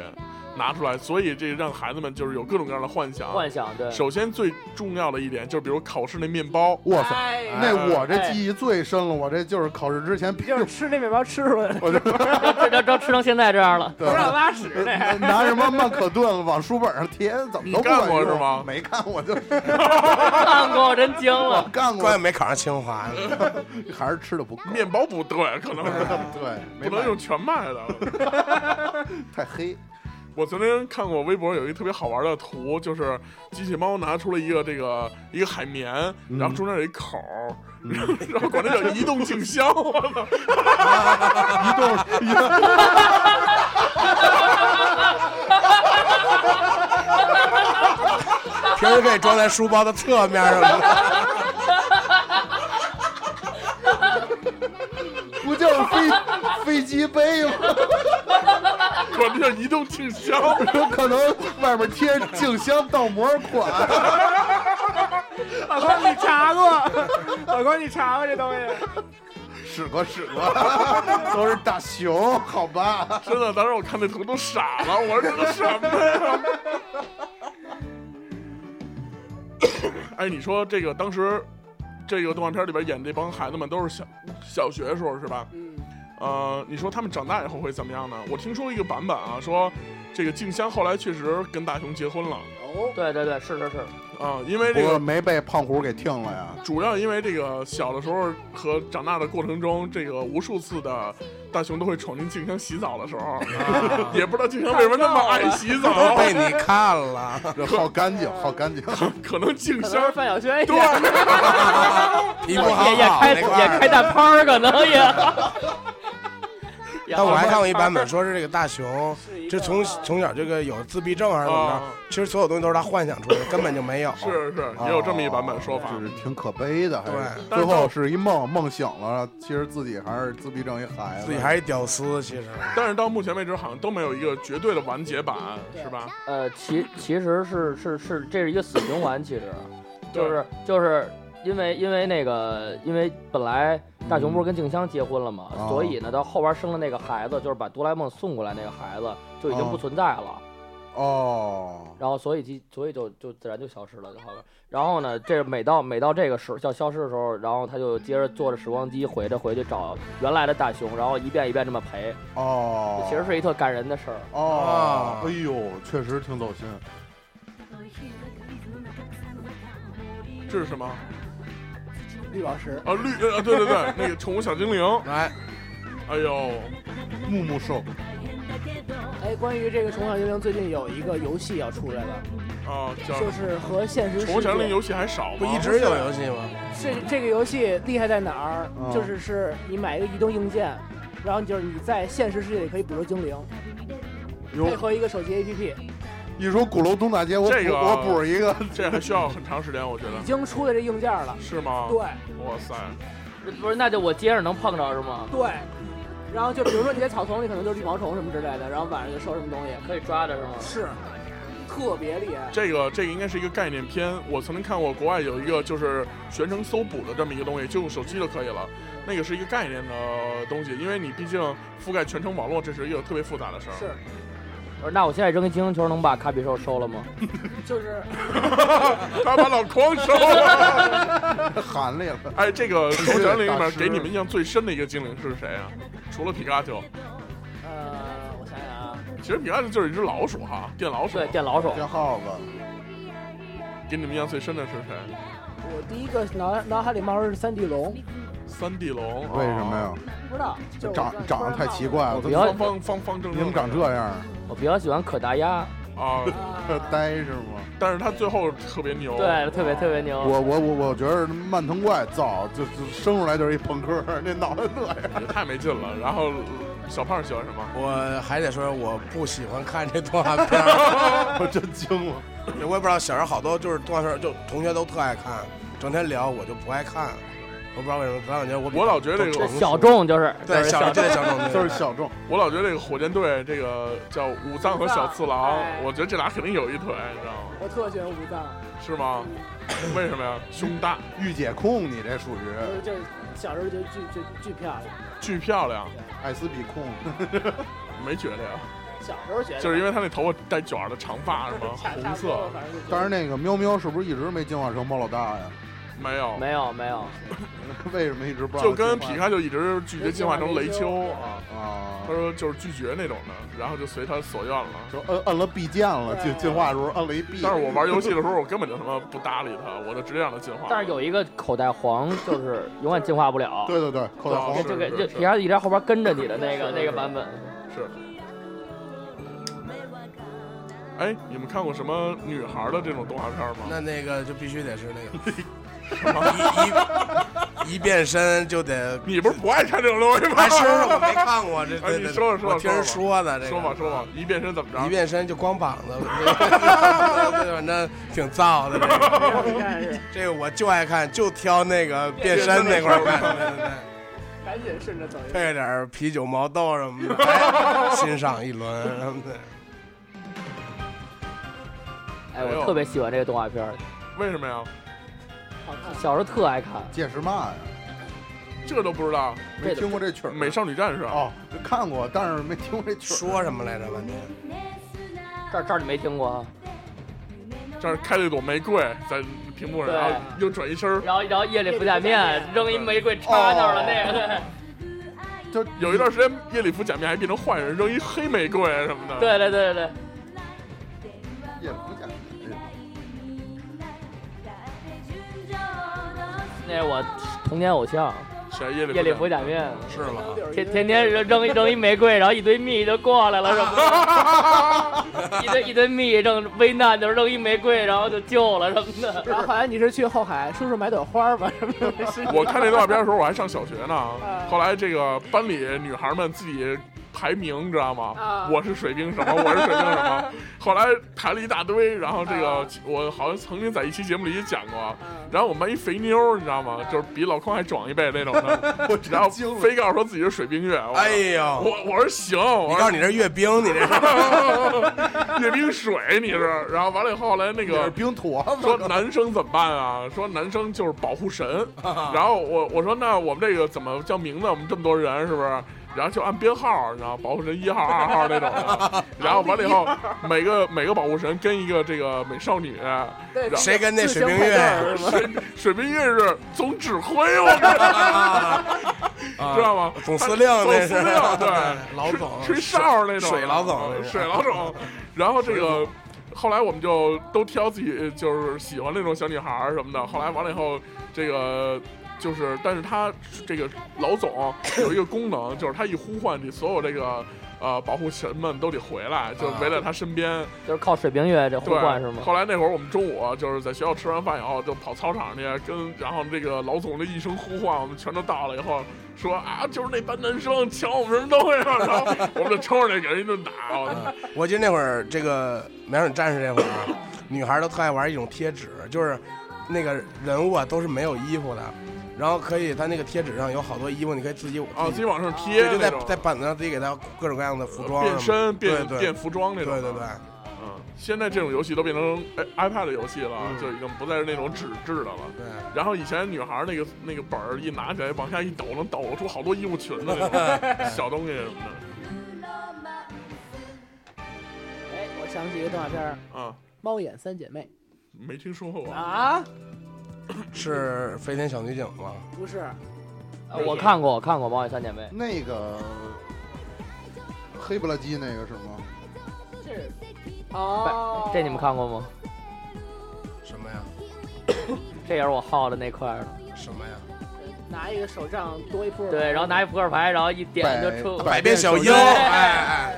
拿出来，所以这让孩子们就是有各种各样的幻想。幻想对，首先最重要的一点就是，比如考试那面包，哇塞，哎那我这记忆最深了，我这就是考试之前必须就是吃那面包吃出来的，这这这吃成现在这样了。对不让拉屎那 拿样。拿什么曼可顿往书本上贴，怎么都你干过不管用是吗没干，我 就看过，真惊我了。干怪过，没考上清华呢。还是吃的不够。哎面包不对，可能是 对， 没不能办用全麦的。太黑。我昨天看过微博有一个特别好玩的图，就是机器猫拿出了一个这个一个海绵，然后中间有一口儿，然后 然后管它叫移动静香，我操！移动移动，平时可以装在书包的侧面什么的。不就是飞飞机杯吗？ 管它叫移动静香。有可能外面贴静香倒模哎款，老关，你查过？老关，你查过这东西？使过使过，都是大熊，好吧？真的，当时我看那图都傻了，我说这都什么呀？ 哎，你说这个当时这个动画片里边演这帮孩子们都是小小学时候是吧？嗯，呃，你说他们长大以后会怎么样呢？我听说一个版本啊，说这个静香后来确实跟大雄结婚了哦，对对对，是是是，啊、因为不这过个没被胖虎给听了呀。主要因为这个小的时候和长大的过程中，这个无数次的大雄都会闯进静香洗澡的时候，啊也不知道静香为什么那么爱洗澡， 被你看 了，这好干净，好干净。可能静可能是香范晓萱。对，皮肤好好也也开那块也开儿。大拍儿，可能也。 但我还看过一版本，说是这个大熊，是一个这从从小这个有自闭症还是怎么啊着？其实所有东西都是他幻想出来的，根本就没有。是是 也有这么一版本说法。啊哦就是挺可悲的，还是但是最后是一梦，梦醒了，其实自己还是自闭症一孩子，自己还是一屌丝，其实。但是到目前为止，好像都没有一个绝对的完结版，是吧？ 呃，其其实是是是，这是一个死循环，其实对就是就是因为因为那个因为本来大嗯雄不是跟静香结婚了嘛，哦啊哦所以呢到后边生了那个孩子，就是把哆啦 A 梦送过来那个孩子就已经啊不存在了。哦，然后所以就所以就就自然就消失了，就好了。然后呢，这每到每到这个时要消失的时候，然后他就接着坐着时光机回着回去找原来的大熊，然后一遍一遍这么陪，哦，其实是一特感人的事儿。哦啊，哎呦，确实挺走心。这是什么？绿宝石，啊，绿呃，对对对，那个宠物小精灵，来，哎呦，木木兽，哎，关于这个《宠物小精灵》，最近有一个游戏要出来了，啊，叫就是和现实世宠物小精灵界。游戏还少吗？不一直有游戏吗？这这个游戏厉害在哪儿？嗯就是是你买一个移动硬件，然后就是你在现实世界里可以捕捉精灵，配哟，合一个手机 APP。一说鼓楼东大街，我这个我我补一个，这还需要很长时间，我觉已得经出了这硬件了。是吗？对哇塞，不是，那就我街上能碰着是吗？对，然后就比如说你在草丛里可能就是绿毛虫什么之类的，然后晚上就收什么东西，可以抓着是吗？是特别厉害。这个这个应该是一个概念片。我曾经看过国外有一个就是全程搜捕的这么一个东西，就用手机就可以了。那个是一个概念的东西，因为你毕竟覆盖全程网络，这是一个特别复杂的事儿。是，不是，那我现在扔一精灵球能把卡比兽收了吗？就是他把老匡收了。 含泪了。哎，这个《宠物小精灵》里大面师给你们印象最深的一个精灵是谁啊？除了皮卡丘，呃，我想想啊，其实皮卡丘就是一只老鼠哈，电老鼠。对，电老鼠。这耗子，给你们印象最深的是谁？我第一个脑脑海里冒出是三地龙，三地龙。啊为什么呀？不知道，哦就是长长得太奇怪了，我怎比么较方方方方正正。你们长这样？ 我比较喜欢可达鸭，啊？啊，呆是吗？但是他最后特别牛。对，特别特别牛。我我我我觉得蔓藤怪造就就生出来就是一朋克， 那脑袋那样。 也太没劲了。然后小胖喜欢什么？我还得说，我不喜欢看这动画片儿， 我真惊了，我也不知道小时候好多就是动画片儿，就同学都特爱看，整天聊，我就不爱看，我不知道为什么，咱感觉我比我老觉得这这个，小众就是对就是小小众，就是小众， 就是小众。我老觉得这个火箭队这个叫武藏和小次郎武藏，我觉得这俩肯定有一腿，你知道吗？我特喜欢武藏，是吗？ 为什么呀？胸大，御姐控，你这属于就是就是小时候就巨巨巨漂亮，巨漂亮，艾斯比控。没觉得呀？小时候觉得就是因为他那头发带卷儿的长发是吗？红色但是那个喵喵是不是一直没进化成猫老大呀？ 没有，没啊有没有，为什么一直不让就它进化？跟皮卡丘一直拒绝进化成雷丘啊。啊他，说就是拒绝那种的，然后就随他所愿了。就摁摁了 B 键了，进对进化的时候摁了一 B。但是我玩游戏的时候，我根本就他妈不搭理他，我就直接让他进化。但是有一个口袋黄就是永远进化不了。 对对对，口袋是黄就给是就是皮卡丘一直在后边跟着你的那个是那个版本，是。哎，你们看过什么女孩的这种动画片吗？那那个就必须得是那个一一一变身就得，你不是不爱看这种东西吗？还是我没看过这， 哎这你这说吧说吧我听人说的，这个啊说吧说吧，一变身怎么着？一变身就光膀子，反正挺燥的。这个，你看是，这个我就爱看，就挑那个变身那块儿看，对对对，赶紧顺着走一配点儿啤酒、毛豆什么的，哎欣赏一轮什么的。哎，没有我特别喜欢这个动画片儿，为什么呀？好看。小时候特爱看。届时嘛呀，这都不知道。没听过这曲儿。啊美少女战士，啊哦，看过，但是没听过这曲儿。说什么来着？半天这儿这儿你没听过啊？这儿开了一朵玫瑰在屏幕上，对然后又转一身儿。然后然后夜里不假面扔一玫瑰插那儿了那个，就有一段时间，夜里服假面还变成坏人，扔一黑玫瑰什么的。 对对对对对，也不讲，那是我童年偶像，谁夜里夜里服假面，是吗？天天天扔扔一扔一玫瑰，然后一堆蜜就过来了什么 的，一堆一堆蜜扔危难就是扔一玫瑰，然后就救了什么的。然后后来你是去后海，叔叔买朵花儿吧，什么的。 我看这动画片的时候，我还上小学呢啊。后来这个班里女孩们自己排名，你知道吗啊？我是水兵什么，我是水兵什么。后来排了一大堆，然后这个啊我好像曾经在一期节目里也讲过。然后我们班一肥妞儿，你知道吗？就是比老匡还壮一倍那种的。我真然后惊了。非告诉说自己是水冰月，我哎呦，我我说行，你我告说诉你这是阅兵，你这是阅兵水 你是。然后完了以后，后来那你是个冰坨 说子，男生怎么办啊？说男生就是保护神。然后我我说那我们这个怎么叫名字？我们这么多人是不是？然后就按编号，然后保护神一号、二号那种的，然后完了以后，每个每个保护神跟一个这个美少女，对，谁跟那自水相冰配月对儿是吧水 水冰月是总指挥，我们 知道吗？啊总司令那总是司令 对，老总吹吹哨那种水老总嗯那是水老总。然后这个后来我们就都挑自己就是喜欢那种小女孩儿什么的。后来完了以后，这个就是，但是他这个老总有一个功能，就是他一呼唤你，所有这个。呃，保护神们都得回来，就围在他身边。就是靠水冰月这互对，换是吗？后来那会儿我们中午就是在学校吃完饭以后，就跑操场去，跟然后这个老总的一声呼唤，我们全都到了以后，说啊，就是那班男生抢我们什么东西，然后我们就冲上去给人一顿打。我操我记得那会儿这个《美少女战士》这会儿啊，女孩儿都特爱玩一种贴纸，就是那个人物啊都是没有衣服的，然后可以它那个贴纸上有好多衣服，你可以自己啊，自己往上贴对，就那在种在板子上自己给它各种各样的服装变什么身、变对对变服装那对种。对对，嗯，现在这种游戏都变成哎 iPad 游戏了，嗯就已经不再是那种纸质的了。对，然后以前女孩儿那个那个本儿一拿起来往下一抖，能抖出好多衣服裙子那种小东西什么哎，我想起一个动画片儿《的啊，猫眼三姐妹没听说过》。啊，是飞天小女警吗？不是，哎呃我看过，我看过《猫眼三姐妹》，那个黑不拉几那个是吗？这是哦，这你们看过吗？什么呀？这也是我耗的那块儿的。什么呀？拿一个手杖多一扑克牌，对，然后拿一扑克牌，然后一点就出。百变小对樱，哎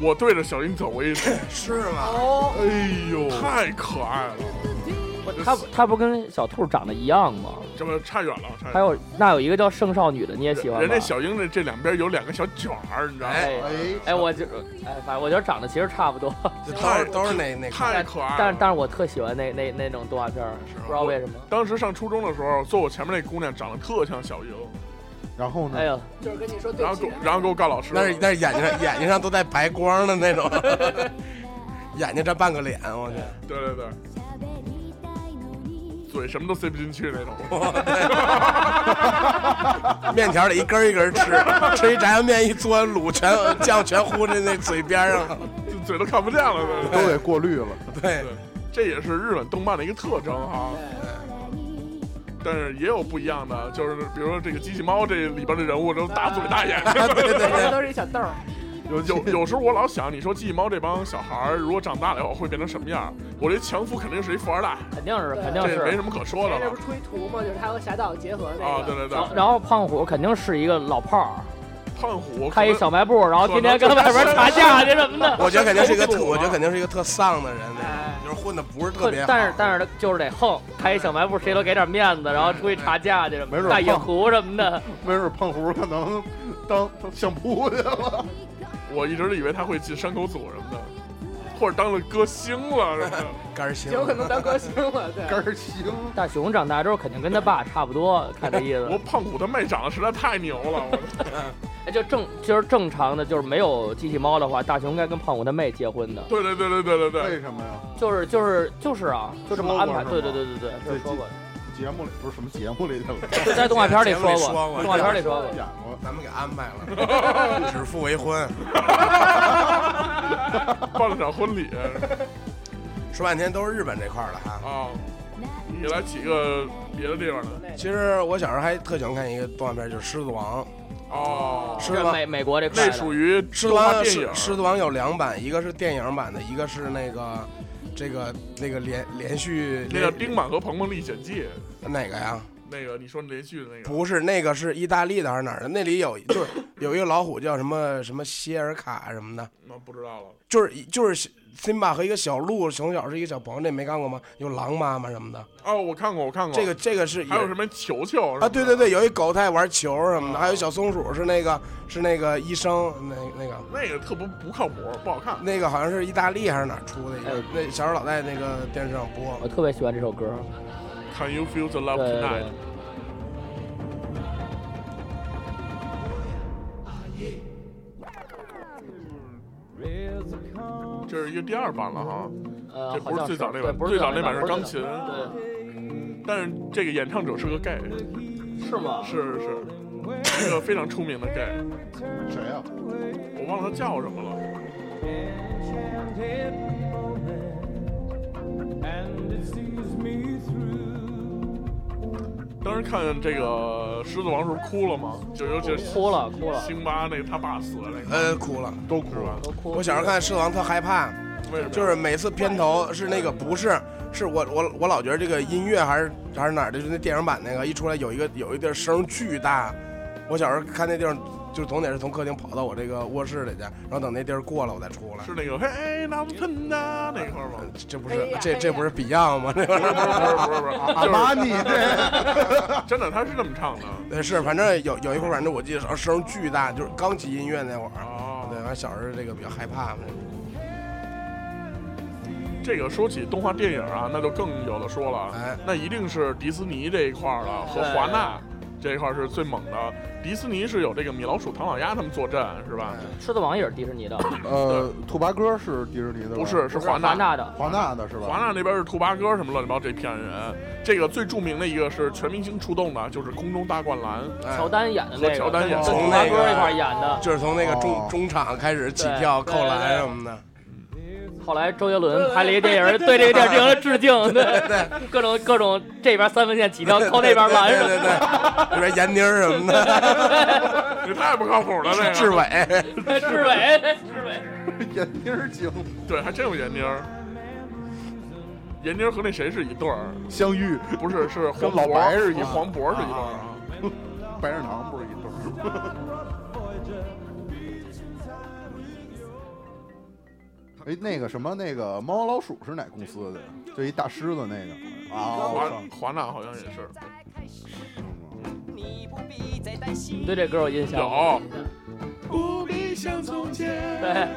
我对着小樱走过一次，哎，是吗？哦，哎 呦，太可爱了，他他不跟小兔长得一样吗？这不差远了，差远还了。有那有一个叫圣少女的，你也喜欢人吗家？小樱这这两边有两个小卷儿，你知道吗？哎哎，哎，我就哎，反正我觉得长得其实差不多，这都是都是那那块太可爱了。但是但是我特喜欢那那那种动画片儿，不知道为什么。当时上初中的时候，坐我前面那姑娘长得特像小樱，然后呢哎？呀，就是跟你说对然后不起给，我然后给我告老师了，那是那是眼睛上眼睛上都带白光的那种，眼睛占半个脸，我去。对对对，嘴什么都塞不进去那种。 面条得一根儿一根儿吃，吃一炸酱面一嘬，卤全酱全糊在那嘴边上了。就嘴都看不见了。对都给过滤了。对，这也是日本动漫的一个特征哈。但是也有不一样的，就是比如说这个机器猫这里边的人物都大嘴大 眼，对对这 对，都是一小豆儿，有有有时候我老想，你说机器猫这帮小孩儿如果长大了以后会变成什么样儿？我这强夫肯定是一富二代，肯定是对肯定这没是什。么可说的这了不是出一图吗？就是他和侠盗结合那个，啊！对对对然，后然后胖虎肯定是一个老炮儿，胖虎开一小卖部，然后天天跟外边打架去什么的。我觉得肯定是一个特，我觉得肯定是一个特丧的人，就是混的不是特别好。但是但是他就是得横，开一小卖部，谁都给点面子，然后出去查价去什么没的，准大野胖狐什么的。没准胖虎可能当当相扑去 了。我一直以为他会进山口组什么的，或者当了歌星了什么的。 肝儿心， 有可能当歌星了，对，肝儿行， 大熊长大之后肯定跟他爸差不多，看这意我思。胖虎他妹长得实在太牛了，我 哎，就正就是正常的，就是没有机器猫的话，大熊应该跟胖虎他妹结婚的。对对对对对对对。为什么呀？就是就是就是啊，就这么安排。说过对是吗对对对对，这说过的，节目里不是什么节目里去 了，就 在动画片里节目里过，说过动画片里说过。演过。咱们给安排了，指腹为婚。 办了场婚礼说半天都是日本这块儿的哈。啊。你来起个别的地方的其实我小时候还特喜欢看一个动画片，就是《狮子王》。哦，狮子这王，美美国这块那的，属于狮动子画王，电狮影，狮子王有两版，一个是电影版的，一个是那个这个那个连连续那个丁满和鹏鹏历险记，哪个呀？那个你说连续的那个不是那个是意大利的还是哪儿的？那里有就是有一个老虎叫什么什么希尔卡啊什么的，，那不知道了。就是就是辛巴和一个小鹿，从小是一个小朋友，这没看过吗？有狼妈妈什么的，哦，我看过，我看过这个这个是也还有什么啊球球啊？对对对，对，有一狗它爱玩球什么的，还有小松鼠是那个是那个医生那那个。那个特不不靠谱，不好看。那个好像是意大利还是哪儿出的一个哎，那小时候老在那个电视上播我。特别喜欢这首歌。 Can you feel the 对 love 对对 tonight？。这是一个第二版了哈，呃，这好不是像最早那对版，不是最早那版是不钢最琴啊早，对，但是这个演唱者是个 gay，是吗？是是，一个非常出名的 gay，谁啊呀、我忘了他叫什么了。 enchanted moment, and it sees me through. 当时看这个《狮子王》时候哭了吗？就尤其是哭了哭了，辛巴那个他爸死了那个，呃，哭了。都哭了。都哭了。我小时候看《狮子王》特害怕，为什么？就是每次片头是那个不是，是我我我老觉得这个音乐还是还是哪儿的，就是那电影版那个一出来有一个有一地儿声巨大，我小时候看那地儿就是总得是从客厅跑到我这个卧室里去，然后等那地儿过了我再出来。是那个嘿，那不喷呐那块儿 吗？这不是这这不是 Beyond 吗？这不是不是不是不是，阿 就是 玛尼这真的他是这么唱的。对是，反正有有一会儿，反正我记得是声巨大，就是刚起音乐那会儿。对，哦，完小时候这个比较害怕嘛。这个说起动画电影啊，那就更有的说了。哎，那一定是迪士尼这一块儿了，和华纳这一块儿是最猛的。迪士尼是有这个米老鼠、唐老鸭他们坐镇，是吧？狮子王也是迪士尼的，呃，兔八哥是迪士尼的吧？不是，是不是华纳。纳的。华纳的是吧？华纳那边是兔八哥什么乱七八糟这片人。这个最著名的一个是全明星出动的，就是空中大灌 篮。哎乔丹演的那个，和乔丹演的哦跟从跟大那哥个一块儿演的。就是从那个中哦中场开始起跳、对扣篮什么的。后来周杰伦拍了一个电影，对这个电影致敬，对，各种各种这边三分线起跳，扣那边篮对什么对对，里边闫妮儿什么的，这太不靠谱了，这志个伟，的， 志伟，志伟，眼妮儿精对，还真有闫妮儿。闫妮儿和那谁是一对儿？相遇，不是，是黄跟老白渤是和一块儿黄渤是一对儿啊啊。白人堂不是一对儿。 哎，那个什么，那个猫王老鼠是哪公司的呀？就一大狮子那个啊，我华上华纳好像也是。你不必再担心你对这歌有印象吗？啊有。不必像从前。对，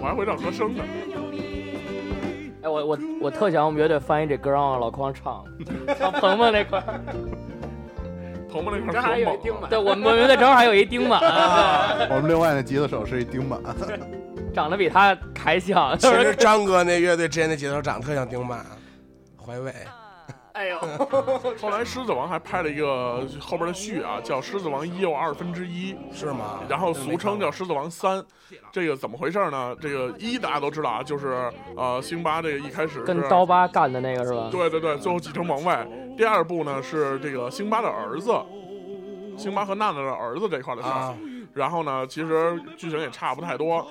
我还会让和声呢。哎，我我我特想我们乐队翻译这歌，让老匡唱，唱鹏鹏那块儿。鹏鹏那块儿这还可有一猛钉了子，对，我们我们乐队正好还有一丁满， 我们另外那吉他手是一丁满， 长得比他还像，其就实是张哥那乐队之前那吉他手长得特像丁满，怀伟。哎 呦，后来《狮子王》还拍了一个后边的续啊，叫《狮子王一又二分之一》，是吗？然嗯后俗称叫《狮子王三》。这个怎么回事呢？这个一大家都知道啊，就是呃，辛巴这个一开始跟是刀疤干的那个是吧？对对对，最后继承王位。第二部呢是这个辛巴的儿子，辛巴和娜娜的儿子这块的事儿。啊，然后呢，其实剧情也差不太多。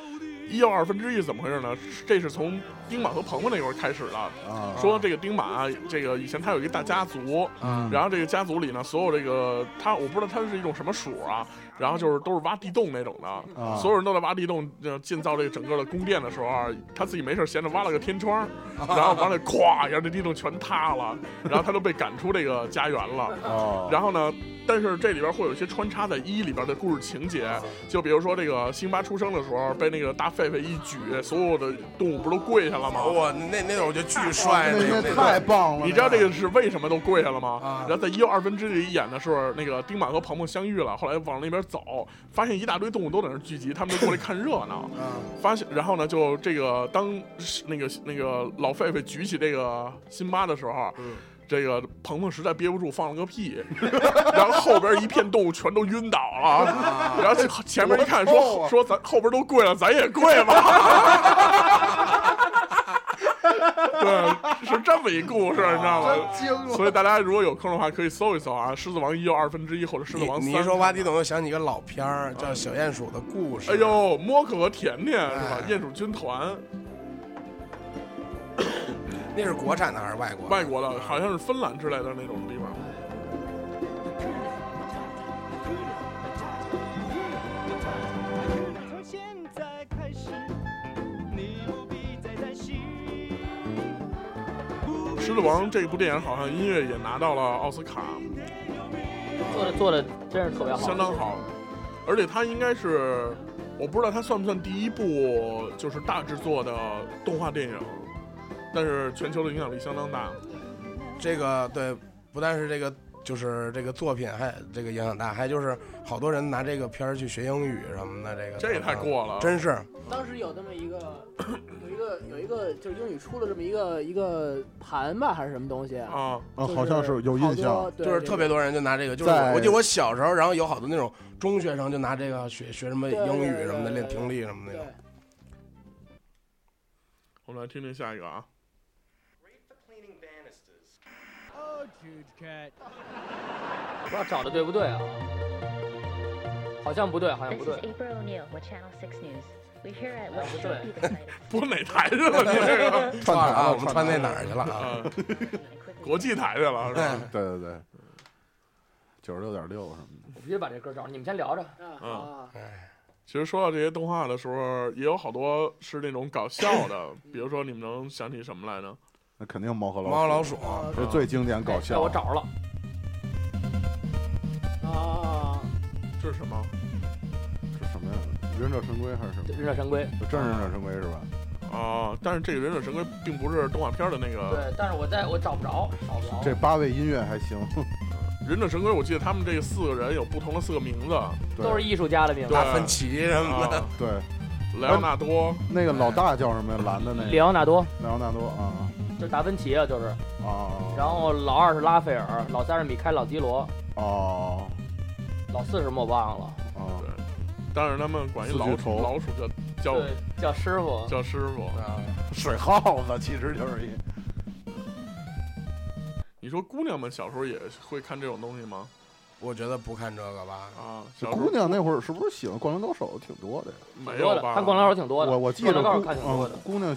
一又二分之一怎么回事呢？这是从丁满和鹏鹏那会儿开始的。啊，说这个丁满啊，这个以前他有一个大家族，嗯然后这个家族里呢，所有这个他我不知道他是一种什么属啊，然后就是都是挖地洞那种的，啊所有人都在挖地洞，呃建造这个整个的宫殿的时候啊，他自己没事闲着挖了个天 窗，然后完了咵一下这地洞全塌了，然后他就被赶出这个家园了。哦，然后呢，但是这里边会有一些穿插在一里边的故事情节，就比如说这个辛巴出生的时候被那个大狒狒一举，所有的动物不都跪下了吗？哇，那那那我觉得巨帅，哦那那那太棒了！你知道这个是为什么都跪下了吗？啊然后在一又二分之一演的时候，那个丁满和鹏鹏相遇了，后来往那边走，发现一大堆动物都在那儿聚集，他们就过来看热闹。啊发现，然后呢，就这个当那个那个老狒狒举起这个辛巴的时候，嗯这个鹏鹏实在憋不住放了个屁，然后后边一片动物全都晕倒啊了，然后前面一看说说咱后边都跪了，咱也跪吧。对，是这么一故事，你知道啊吗？真惊了，所以大家如果有空的话，可以搜一搜啊，《狮子王一又二分之一》或者《狮子王你三你》。一说挖地洞，又想起一个老片儿叫《小鼹鼠的故事》。哎，呦，莫可和甜甜是吧哎？鼹鼠军团，那是国产的还是外国？外国的，好像是芬兰之类的那种地方。从现在开始，你不必再担心。 《狮子王》这部电影好像音乐也拿到了奥斯卡，做的做的真是特别好，相当好。而且它应该是，我不知道它算不算第一部就是大制作的动画电影，但是全球的影响力相当大。这个对，不但是这个就是这个作品还这个影响大，还就是好多人拿这个片儿去学英语什么的，这个这也太过了真是当时有这么一个有一个有一个就是英语出了这么一个一个盘吧，还是什么东西？啊，就啊，好像是有印好多象。对就是对特别多人就拿这个，就是在我记得我小时候，然后有好多那种中学生就拿这个学学什么英语什么的，对对对练听力什么的那种。对我们来听听下一个啊， 不知道找的对不对啊？好像不对，好像不 This is 对。 April O'Neil with Channel 6 News. We're here at what Ah, should betul. be the site 播哪台去了？你这个串 串台啊，了我们串串台了那哪儿去了啊？啊， of 国际台去了是哎吧？对对对，九十六点六什么的。我必须把这歌找。你们先聊着。啊嗯啊，其实说到这些动画的时候，也有好多是那种搞笑的，比如说你们能想起什么来呢？那肯定猫和老猫和老鼠，鼠，啊这最经典搞哎笑。我找着了，啊啊！这是什么？这什么呀？忍者神龟还是什么？忍者神龟。这真是忍者神龟是吧？啊，但是这个忍者神龟并不是动画片的那个对，但是我在我找不着，找不着。这八位音乐还行，忍者神龟，我记得他们这四个人有不同的四个名字，啊对都是艺术家的名字对。达芬奇什么的。啊，对。莱昂纳多，那个老大叫什么呀？蓝的那里个奥纳多莱昂纳多啊就是达芬奇啊，就是。啊啊！然后老二是拉斐尔，老三是米开朗基罗，哦老四是莫忘了。哦，当然他们管一四老巨鼠，头老鼠叫叫对，叫师傅。叫师傅。啊水耗子其实就是一你说姑娘们小时候也会看这种东西吗？我觉得不看这个吧，啊，小时姑候娘那会儿是不是喜欢《灌篮高手》挺多的呀？没多有的，吧？看《灌篮高手》挺多的。我我记得灌篮高手姑看挺多的嗯姑娘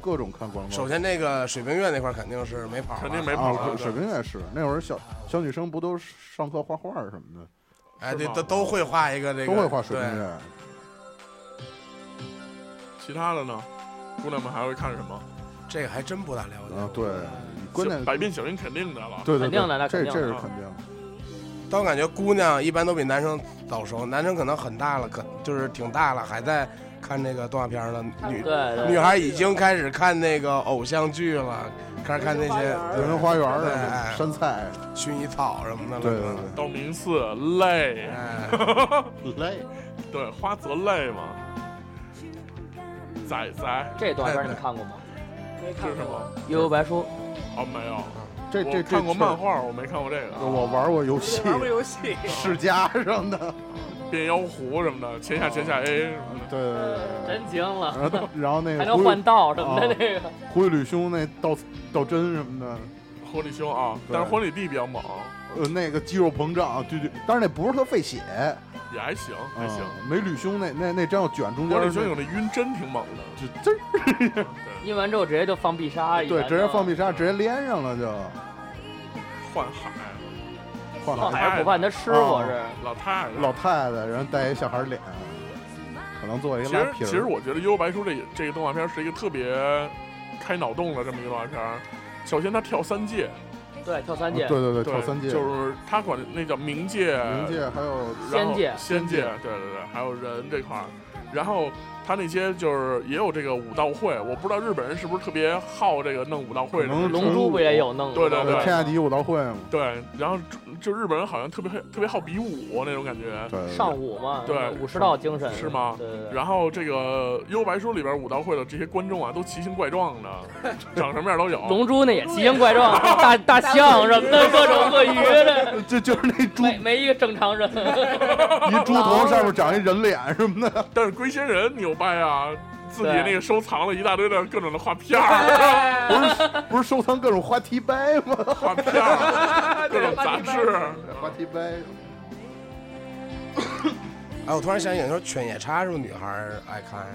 各种看《灌篮高首手先那个水冰月那块儿肯定是没跑了，肯定没》跑啊，了。水平也是那会儿小小女生不都上课画画什么的，哎，对是，吗都都会画一个这个，都会画水对平面。其他的呢？姑娘们还会看什么？这个还真不大了解。啊，对，关键百变小樱肯定的了。对对肯定的对，那这肯定的这是啊肯定的。但我感觉姑娘一般都比男生早熟，男生可能很大了，可就是挺大了，还在看这个动画片儿了。女对对。女孩已经开始看那个偶像剧了，开始看那些人生花园儿对啊，山菜，薰衣草什么的了。对对对道明寺累，哎，累。对，花泽类嘛。仔仔，这动画片你们看过吗？没这看是什过么？ 《幽游白书》哦，没有，这这我这看过确漫画，我没看过这个啊。我玩过游 戏，玩过游戏，世家上的，变妖狐什么的，前下前下 A 什么的。对对对对对。真惊了，然后然后那还个能忽悠换道什么的啊那个。忽悠吕兄那道道真什么的，婚礼兄啊，对但是婚礼弟比较猛，呃，那个肌肉膨胀，啊对对，但是那不是特费血，也还行，还行。嗯没吕兄那那那真要卷中间婚儿礼兄那，有那晕针挺猛的，就真 印完之后直接就放必杀，对，直接放必杀。杀，直接连上了就幻海换了放海是不犯他师傅啊是。老太太。老太太，然后带一小孩脸，可能做一个其拉实皮其儿。实啊我觉得《幽游白书》这这个动画片是一个特别开脑洞的这么一个动画片儿。首先，他跳三界，对，跳啊三对界。对对对，跳三界，就是他管那叫冥界、冥界还有然后仙界仙界，对对对，还有人这块儿。然后他那些就是也有这个武道会，我不知道日本人是不是特别好这个弄武道会什么的。可能龙珠不也有弄的对对吗对对呃天下第一武道会嘛，对，然后就日本人好像特别会特别好比武那种感觉。对，对对上武嘛，对武士道精神是吗对对对。然后这个《幽游白书》里边武道会的这些观众啊，都奇形怪状的， 长什么样都有。龙珠那也奇形怪 状，大大象什么的，各种鳄鱼的，就就是那猪没没一个正常 人。一猪头上面长一人脸什么 的，但是龟仙人牛掰啊，自己对那个收藏了一大堆的各种的画片 儿、不是不是收藏各种花提掰 吗？画片儿、各种杂志。花提掰，哎，我突然想起来，说犬夜叉是不是女孩儿爱看啊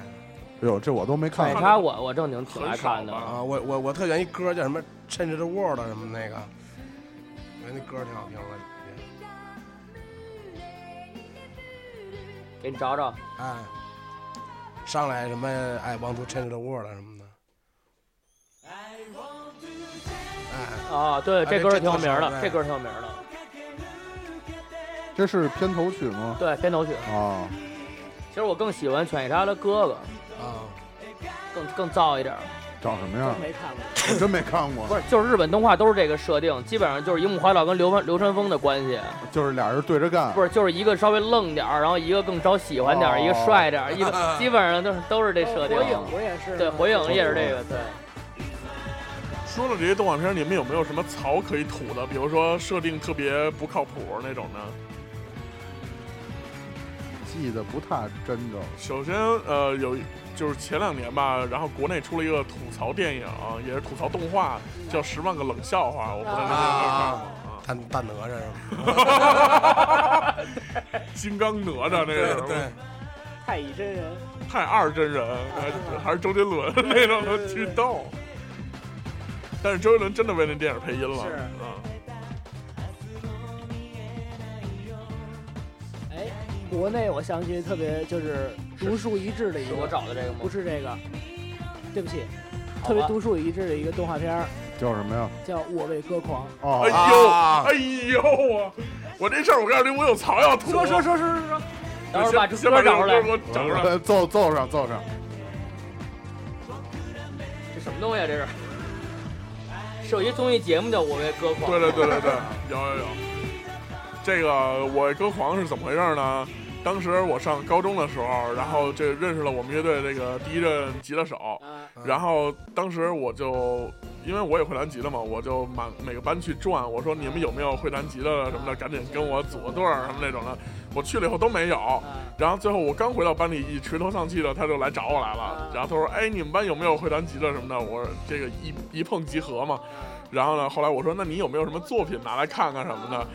哎呦，这我都没看奶过。茶我我正经挺爱看的很，少吧啊？我我我特喜欢一歌叫什么《趁着这 world》什么那个，我觉得那歌挺好听的。给你找找。哎，上来什么哎，want to change the world 什么的。哎，啊，对，哎这歌儿这挺有名这儿的，歌儿这歌儿挺有名儿的。这是片头曲吗？对，片头曲。啊，其实我更喜欢犬夜叉的哥哥，啊，更更燥一点儿。长什么嗯样？没看过，我真没看过。不是，就是日本动画都是这个设定，基本上就是樱木花道跟流川流川枫的关系，就是俩人对着干。不是，就是一个稍微愣点儿，然后一个更招喜欢点儿，一个哦帅点儿，一个基本上都是都是这设定。哦火影我也是对，火影也是这个，对。说了这些动画片儿，你们有没有什么槽可以吐的？比如说设定特别不靠谱那种的？记得不太真着。首先，呃，有一就是前两年吧，然后国内出了一个吐槽电影，也是吐槽动画，叫《十万个冷笑话》，啊我不知道你们有啊没有看过。大大哪吒是吗？金刚哪吒那是对，太乙真人，太二真人，呃还还是周杰伦 那种的巨逗。但是周杰伦真的为那电影配音了，是嗯，哎，国内我想起特别就是独树一帜的一是个，我找的这个吗？不是这个，对不起，好吧特别独树一帜的一个动画片儿叫什么呀？叫《我为歌狂哦，哎呦，啊哎呦啊！我这事儿我告诉你，我有槽要吐。》。说说说说说说，等会儿先把这先把这歌首找出歌来给，我整上。揍揍上揍上，这什么东西啊？这是。是有一综艺节目叫《我为歌 狂》。对对对对对，有有有。这个我歌狂是怎么回事呢？当时我上高中的时候，然后这认识了我们乐队这个第一任吉他手，啊。然后当时我就因为我也会弹吉他嘛，我就满每个班去转，我说你们有没有会弹吉他的什么的，赶紧跟我组个队儿什么那种的。我去了以后都没有，啊然后最后我刚回到班里一垂头丧气的，他就来找我来了，然后他说：“哎，你们班有没有会弹吉他什么的？”我说：“这个一一碰即合嘛。”然后呢，后来我说：“那你有没有什么作品拿来看看什么的？”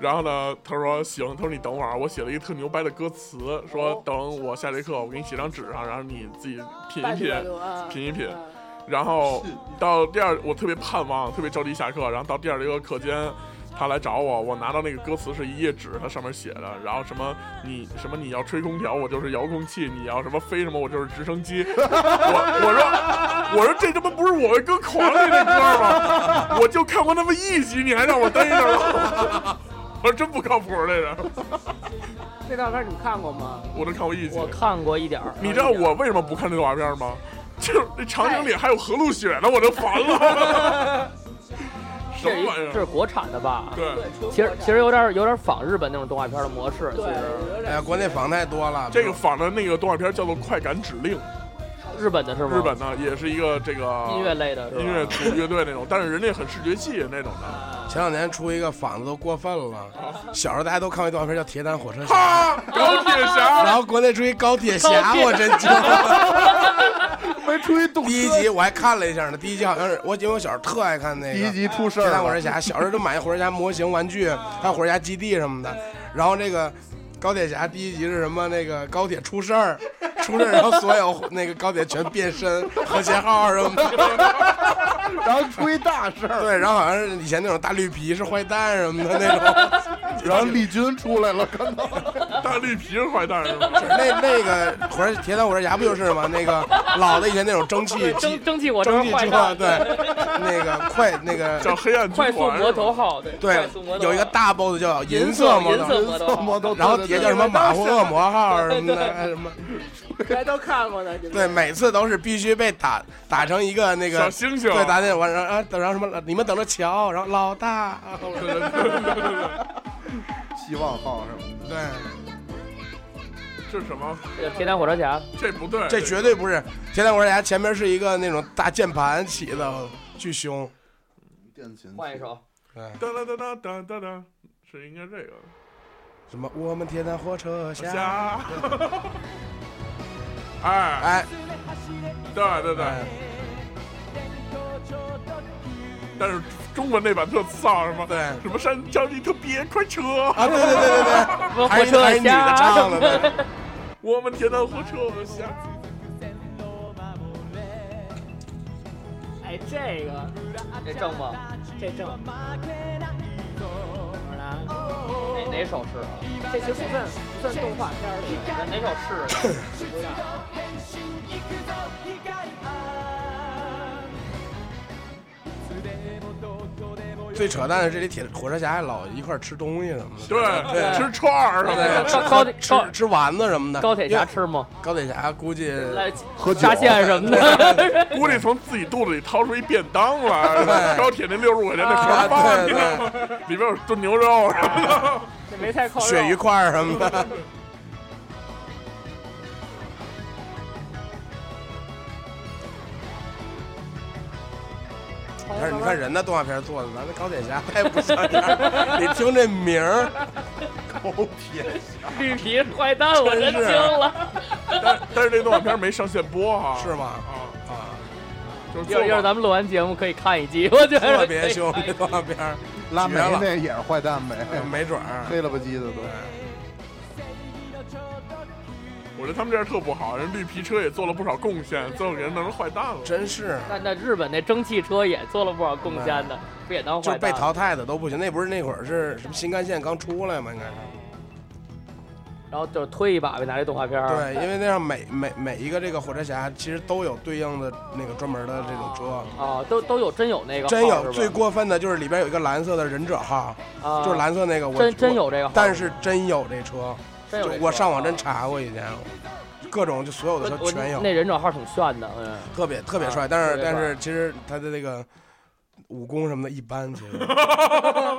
然后呢，他说：“行。”他说：“你等会儿啊，我写了一个特牛掰的歌词，说等我下节课我给你写张纸上，然后你自己品一大品家，都嗯啊品一品。啊然后到第二，我特别盼望，特别着急下课。然后到第二节课课间，他来找我，我拿到那个歌词是一页纸，它上面写的，然后什么你什么你要吹空调，我就是遥控器；你要什么飞什么，我就是直升机。 我我说我说这他妈不是我为歌狂的那歌吗？ 我就看过那么一集，你还让我逮着了？ 我说真不靠谱，这人，这照片你们看过吗？我都看过一集我。看过一点儿。你知道我为什么不看这动画片吗？ 就是那场景里还有河路雪呢，我都烦了。什 这是么一玩意这是儿？国产的吧？对，对，除其实其实有点有点仿日本那种动画片的模式，其对，实有哎点呀，国内仿太多了。这个仿的那个动画片叫做《快感指令日本的是》，吗？日本呢也是一个这个音乐类的是吧？音乐组乐队那种，但是人家很视觉系那种 的。前两年出一个仿的都过分了，小时候大家都看过一动画片叫《铁胆火车侠啊哈，钢铁》，然侠，后国内出一高铁侠，高铁我真惊了。没出一动车。第一集我还看了一下呢，第一集好像是我，因为我小时候特爱看那个。第一集出事铁儿胆火了嗯车，侠，小时候就买火车侠模型玩具，还有火车侠基地什么的。然后这个高铁侠第一集是什么？那个高铁出事儿，出事儿，然后所有那个高铁全变身，和谐号什么的。然后出一大事 儿，对，然后好像是以前那种大绿皮是坏蛋什么的那种。然后丽君出来了，看到 大绿皮是坏蛋是吗？那那个火车铁胆火车侠不就是吗？那个老的以前那种蒸 汽蒸机蒸汽火车蒸汽坏车，蛋，对，那个快那个叫黑暗军 快团速魔是头吗？号，对，快对速魔，头号有一个大 boss 叫银色银色头，魔恶魔都，头号，然后底下叫什么马虎恶魔号什么对对的，还什么大家都看过呢，这对，每次都是必须被打打成一个那小哦个。星星，对，打那完，然后啊，等然后什么，你们等着瞧，然后 老大，然后对对对对对对希望号什么对，这是什么？这个呃铁胆火车侠，这不对，这绝对不是铁胆火车侠，前面是一个那种大键盘起的，巨凶，电琴换一首，对，哒哒哒哒哒哒哒，是应该这个。什么我们铁胆火车侠，侠， 哎。哎，对对对哎。但是中文那版特丧是吗？对什么山叫一特别快车，啊，对对对对对，还是火还车是女的侠唱， 的，对我们铁道火车下。哎，这个这正吗？这正，怎么了？哪哪首是啊？这其实不算不算动画片儿的，哪哪首是啊？最扯淡的是，这里铁火车侠还老一块儿吃东西什么的，对对，吃串儿什么的对吃高铁吃吃吃丸子什么的。高铁侠因为吃吗？高铁侠估计来喝酒沙县什么的估计从自己肚子里掏出一便当来，对高铁那六十五块钱的盒啊饭，对你知道吗里边有炖牛 肉什么的。这梅菜扣肉鳕鱼块儿什么的。你看，你看人家动画片做的，咱这钢铁侠太不像样儿。你听这名 儿，狗铁侠，绿皮坏蛋，我真惊了。但但是这动画片没上线播哈，是吗？啊啊， 就是一会儿一会儿咱们录完节目可以看一集， 我觉得特别凶，这 动画片儿拉绝梅了嗯那也是坏蛋呗，没嗯准儿。黑了吧唧的都。我觉得他们这儿特不好，人绿皮车也做了不少贡献，最后给人弄成坏蛋了。真是那那日本那蒸汽车也做了不少贡献的，不也当嗯就坏是被蛋了？淘汰的都不行。那不是那会儿是什么新干线刚出来吗？应该是。然后就是推一把呗，拿这动画片儿。对，因为那样每每每一个这个火车侠其实都有对应的那个专门的这种车。啊，都都有真有那个号是吧，真有最过分的就是里边有一个蓝色的忍者号，啊，就是蓝色那个，我真真我有这个号但是真有这车，真有就这我车上网真啊查过以前，各种就所有的我车我全有，那忍者号挺炫的，嗯，特别特别啊帅，但特是别但帅是其实他的那个武功什么的一般，其 实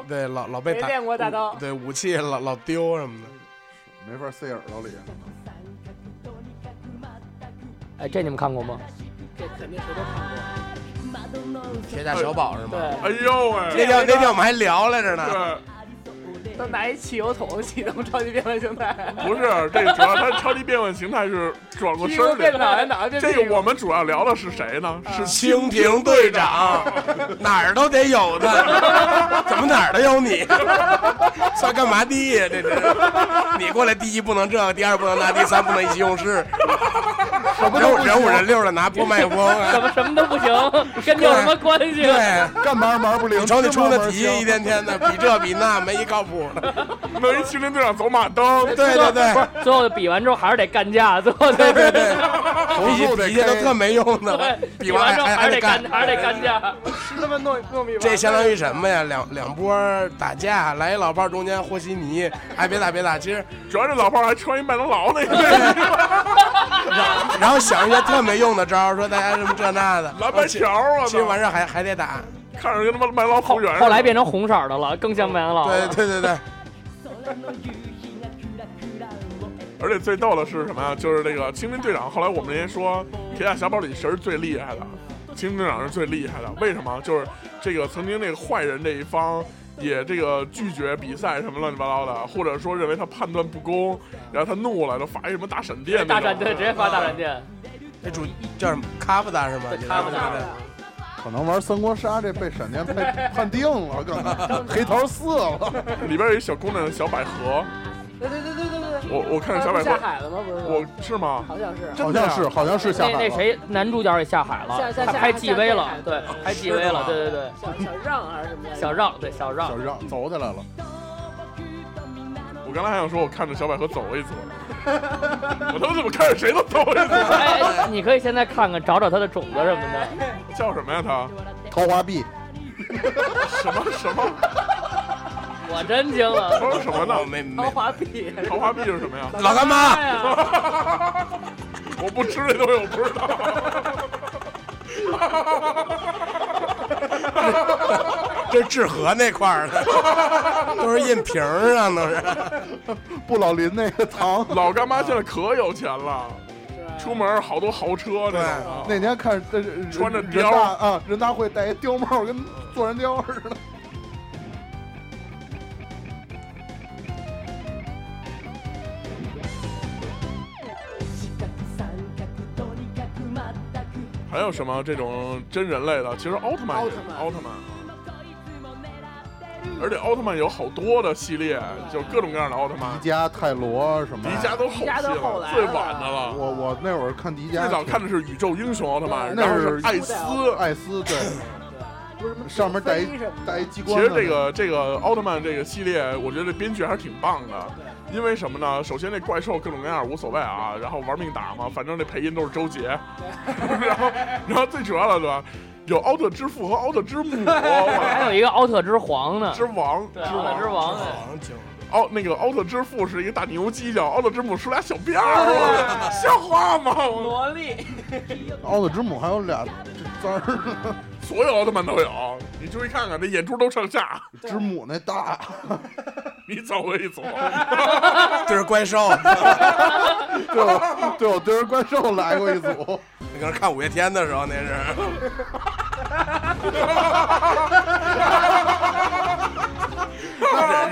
对老老被没打练过大刀对武器老老丢什么的。没法塞耳朵里。哎，这你们看过吗？这肯定谁都看过。铁甲小宝是吗？对，哎呦喂，那天那天我们还聊来着呢。对，都拿一汽油桶启动超级变换形态， 不是这主要他超级变换形态是转过屁身股儿变脑袋，来。脑袋变这屁个股我们主要聊的是谁呢？ 是蜻蜓队长， 哪儿都得有的，怎么哪儿都有你？ 算干嘛的呀？这这，你过来第一不能这个，第二不能那，第三不能意气用事，什么人都五不人五人行，六的拿破麦克什风。啊么什么都不行，跟你有什么关系？啊对，干嘛玩 不灵。你瞅你出的题吃嘛玩香一天天的， 比这比那没一靠谱的。弄一蜻蜓队长走马灯，对对对不是，最后比完之后还是得干架，最后对对得 对，投诉得比比这都特没用的对，，比完完之后还还还是得得干干，。还是得干架。吃他妈糯糯米丸。这相当于什么呀？两两波打架，来一老炮儿中间和稀泥，哎别打别打，其实主要这老炮儿还穿一麦当劳那个然后想一些特没用的招儿，说大家什么这那的，哦蓝白条啊，其实完事儿还还得打。看着跟他妈麦当劳服务员似的。后来变成红色儿的了，更像麦当劳对了。对对对，而且最逗的是什么呀？就是这个青年队长，后来我们人家说铁甲小宝里谁是最厉害的？青年队长是最厉害的，为什么？就是这个曾经那个坏人这一方。也这个拒绝比赛什么乱七八糟的，或者说认为他判断不公，然后他怒了，就发一什么大闪电那 大种。闪电直接发大闪电，那主叫什么卡布达是吗？卡布达可能玩三国杀这被闪电判判定了，干嘛？黑桃四 了，里边有一小姑娘小百合，对对对对对对。我我看着小他百不下合，海了吗？不是，我是吗？好像是。好像是好像是下那海那了。谁男主角也下海下了，下他下拍下 GV 了下，对，拍 GV 了，对对对，小小让还是什么来着？小让对小让小，让走起来了，我刚才还想说，我看着小百合走了一走，我他妈怎么看着谁都走了 一走？哎，哎你可以现在看看，找找他的种子什么的。叫什么呀他？桃花币，什么什么？我真惊他 了，说什么我呢？哦没没豪。华币。桃花哎币是什么呀？ 老干哎妈，我不吃这东西，我不知道。这是治河那块儿 的，都是印瓶儿上都是。不老林那个糖。老干妈现在可有钱了，出门好多豪车那种啊那天看这穿着人貂大啊，人大会戴一貂帽，跟做人雕似的。还有什么这种真人类的？其实奥特曼也，奥特曼奥特曼啊。而且奥特曼有好多的系列，就各种各样的奥特曼迪。迦、泰罗什么的？迪迦都后期迪迦都后了，来最了晚的了。我我那会儿看迪迦，最早看的是宇宙英雄奥特曼，那然后是是艾斯。艾斯， 对，不是什么上面带一飞机什么的带一激其光的。实这个这个奥特曼这个系列，我觉得编剧还是挺棒的。因为什么呢？首先那怪兽各种各样无所谓啊， 然后玩命打嘛，反正那配音都是周杰。然后然后最主要的是吧，有奥特之父和奥特之母，还有一个奥特之皇呢，之王，对之奥王，特之王哦呢奥那个奥特之父是一个大牛犄角，奥特之母是俩小辫儿，像话吗？萝莉，奥特之母还有俩字儿，所有奥特曼都有，你注意看看，这眼珠都上下，之母那 大，你走我一走， 对着怪兽，对我对我对着怪兽来过一 组，你搁那看五月天的时候那是。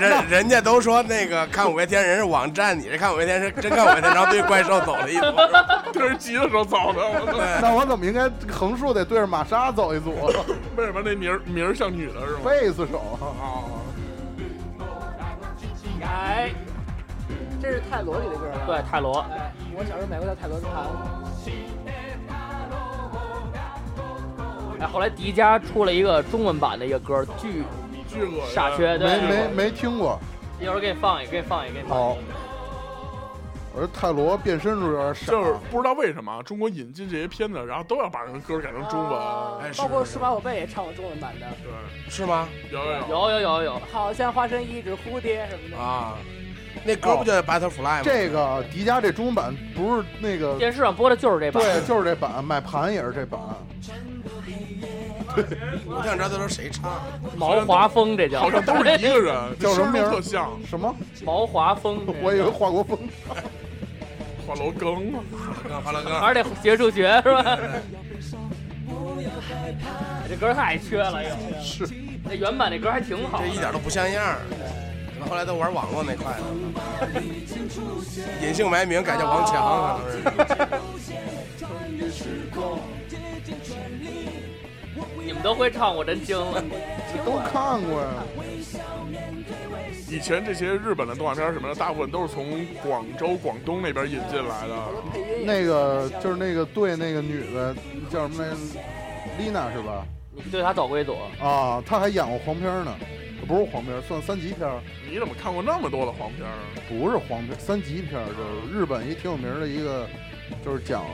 人人人家都说那个看五月天，人是网站，你这看五月天是真看五月天，然后对怪兽走了一波。对着急的时候走的，我操对那我怎么应该横竖得对着玛莎 走一组？为什么那名儿名儿像女的是吗？贝斯手，哦哎，这是泰罗里的歌吧？对，泰罗，哎，我小时候买过他泰罗的盘，哎，后来迪迦出了一个中文版的一个歌，巨巨恶心傻缺，对没，没没听过。一会儿给你放一个，给你放一个，给你放一好个。，我说泰罗变身时候有点傻，就是不知道为什么啊中国引进这些片子，然后都要把人歌改成中哦文。哎，是哦包括数码宝贝也唱过中文版的，对， 是吗？有有有，有有有有，好像花生一只蝴蝶什么的。啊，那歌不叫 Butterfly 吗？这个迪迦这中文版不是那个，电视上播的就是这版。对，就是这版，买盘也是这版。我想知道这都是谁唱。毛华峰，这叫好像都 是一个人， 叫什么名儿声都特像，什么？，毛华峰我以为华国锋。华罗庚嘛。好了哥，还是得学数学是吧？这歌太缺了，又是那原版那歌还挺好这。一点都不像样儿。可能后来都玩网络那块了，隐姓埋名改叫王强，可能是。你们都会唱，我真惊了。都看过呀，以前这些日本的动画片什么的，大部分都是从广州、广东那边引进来的。嗯那个就是那个对那个女的叫什么来着？丽娜是吧？你对他走归左，啊，她还演过黄片呢，不是黄片，算三级片，你怎么看过那么多的黄片儿啊？不是黄片，三级片就是日本一挺有名的一个，就是讲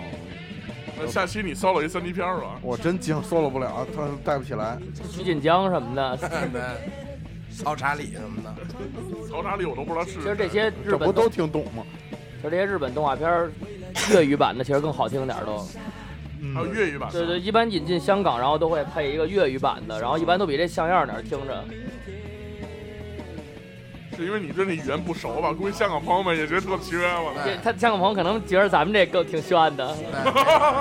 那下期你搜了一三级片儿吧？我真惊，搜了不了，他带不起来。徐锦江什么的， 曹查理什么的，曹查理我都不知道是谁。其实这些日这不本都动，挺懂吗？其实这些日本动画片儿粤语版的其实更好听点儿都。还嗯有粤语版的。对对，一般引进香港，然后都会配一个粤语版的，然后一般都比这像样点儿，听着。是因为你对那语言不熟吧？估计香港朋友们也觉得特缺，我操！哎这他香港朋友可能觉得咱们这更挺炫的，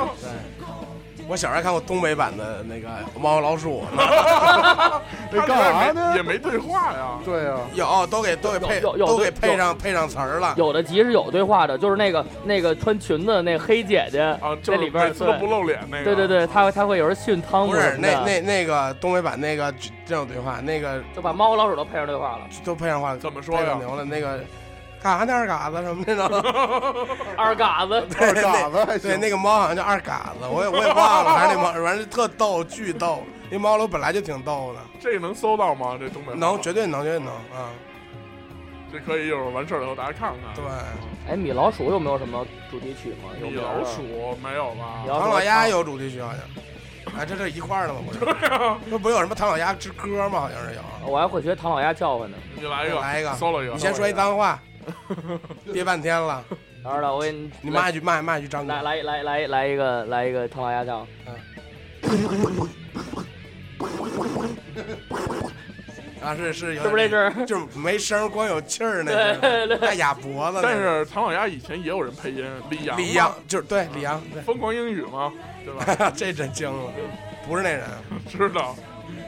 我小时候还看过东北版的那个《猫和老鼠》呢， 这干啥呢也没对话呀。对啊 呀、有都给都给配有有有都给有配上配上词儿了。有的集是有对话的，就是那个那个穿裙子的那黑姐姐啊，就那是里边每儿次都对不露脸那个。对对。对，他他会有人训汤姆不什是么那的，那那个东北版那个这种对话，那个就把猫和老鼠都配上对话了。都配上话，怎么说呀配上牛了那个。干啥呢？二嘎子什么 的，二 嘎子，二嘎子还行对，那个猫好像叫二嘎子，我也我也忘了，反正那猫，反正特逗，巨逗。那猫楼本来就挺逗的，这个能搜到吗？这东北能绝对能，绝对能啊！这可以一会儿完事儿了以后大家看看。对，哎，米老鼠有没有什么主题曲吗？有米没有老鼠没有吧米？老唐老鸭有主题曲好像，哎，这这一块儿的吗？不是，啊这不有什么唐老鸭之歌吗？好像是有。啊我还会学唐老鸭叫唤呢。你来一个，来一个搜了一个。你先说一脏话，憋半天了，然后呢，我给你你骂一句骂骂一句张哥来，来来来来一个来一个唐老鸭叫。啊是是有，是不是这 阵儿就是没声，光有气儿那对个，对大哑脖子那个。但是唐老鸭以前也有人配音，李阳嘛，李阳就是对 李阳，疯狂英语嘛，对 吧？对，这真惊了，不是那人，知道，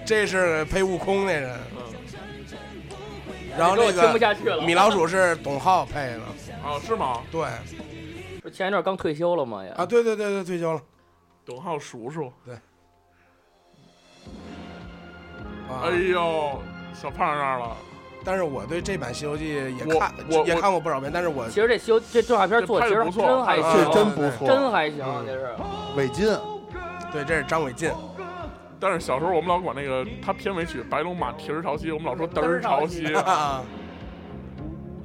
这是配悟空那人，嗯，然后那听不个下去了。米老鼠是董浩配的，啊，是吗？对不是前一段刚退休了吗？也啊，对对对对，退休了董浩叔叔，啊哎。呦，小胖那儿了，但是我对这版《西游记》也我看我也我看过不少遍，但是我其实这修这动画片做得其实这拍得不错真还啊嗯这行，真不错。真还行，这是。违禁，对这是张伟进，但是小时候我们老管那个他片尾曲《白龙马蹄儿朝西》，我们老说嘚儿朝西，啊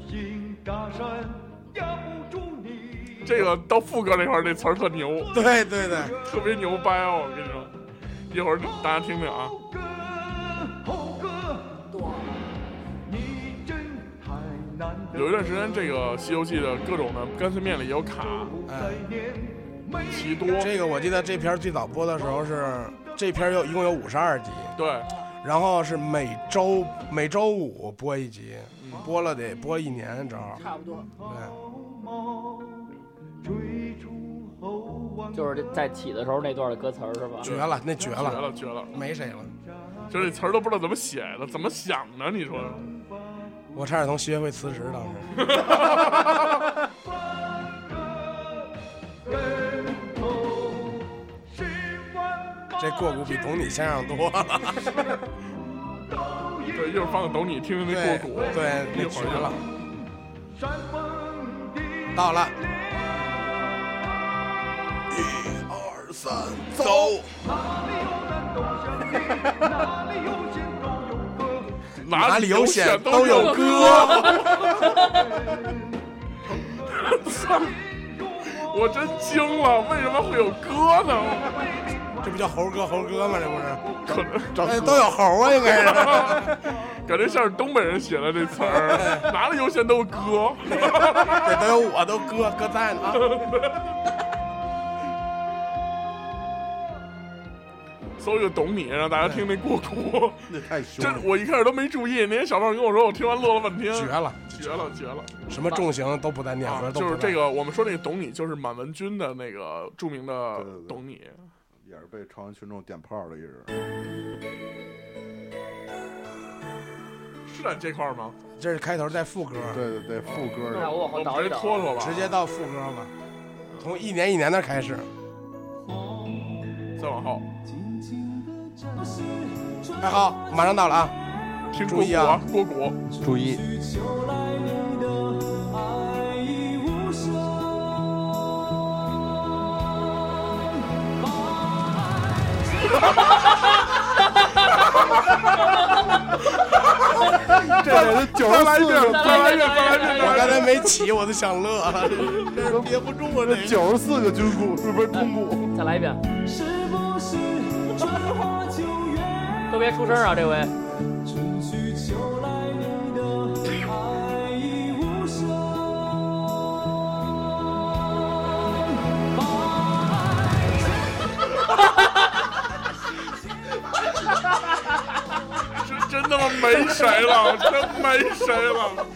心大山压不住你。这个到副歌那块儿那词儿特牛， 对对对，啊特别牛掰哦，我跟你说。一会儿大家听听啊。猴哥，你真太难得。有一段时间，这个《西游记》的各种的干脆面里也有卡，奇多。这个我记得这片儿最早播的时候是这片儿有一共有五十二集，对，然后是每周每周五播一集，播了得播一年正好。差不多。就是这在起的时候那段的歌词儿是吧？绝了，那绝了，绝了，绝了，没谁了。就这词儿都不知道怎么写的，怎么想的？你说，我差点从学会辞职当时。 这过骨比懂你先生多了。对，一会儿放个抖你，听听那对过鼓，对，一那会绝儿就了。到了，二三，走。哪里有险都有歌。操！我真惊了，为什么会有歌呢？这不叫猴哥猴哥吗？这不可能是？哎，都有猴啊，应该 是。感觉像是东北人写的这词 儿，哪里有险都有歌。对，都有我，都哥哥在呢。啊 搜一个懂你，让大家听那过 苦。那太凶这了，我一开始都没注意，那些小胖跟我说，我听完乐了半天。绝了，绝了，绝了！什么重型都不带念啊，合，就是这个。个，我们说那个懂你，就是满文军的那个著名的对对对懂你。也是被朝阳群众点炮的一人。是在这块儿吗？这是开头带副歌，对对对，副歌那的我往后我倒直接一倒，拖拖吧，直接到副歌吧，从一年一年的开始。再往后哎，好，马上到了啊！听注意啊过鼓，过鼓。注意，这得是九十来一四遍，个，再来一遍，再来一遍。我刚才没起，我都想乐了，这是憋不住啊！这个九十四个军鼓，是不是通鼓？再来一遍。都别出声啊，这回。真真他妈没谁 了，真没谁了。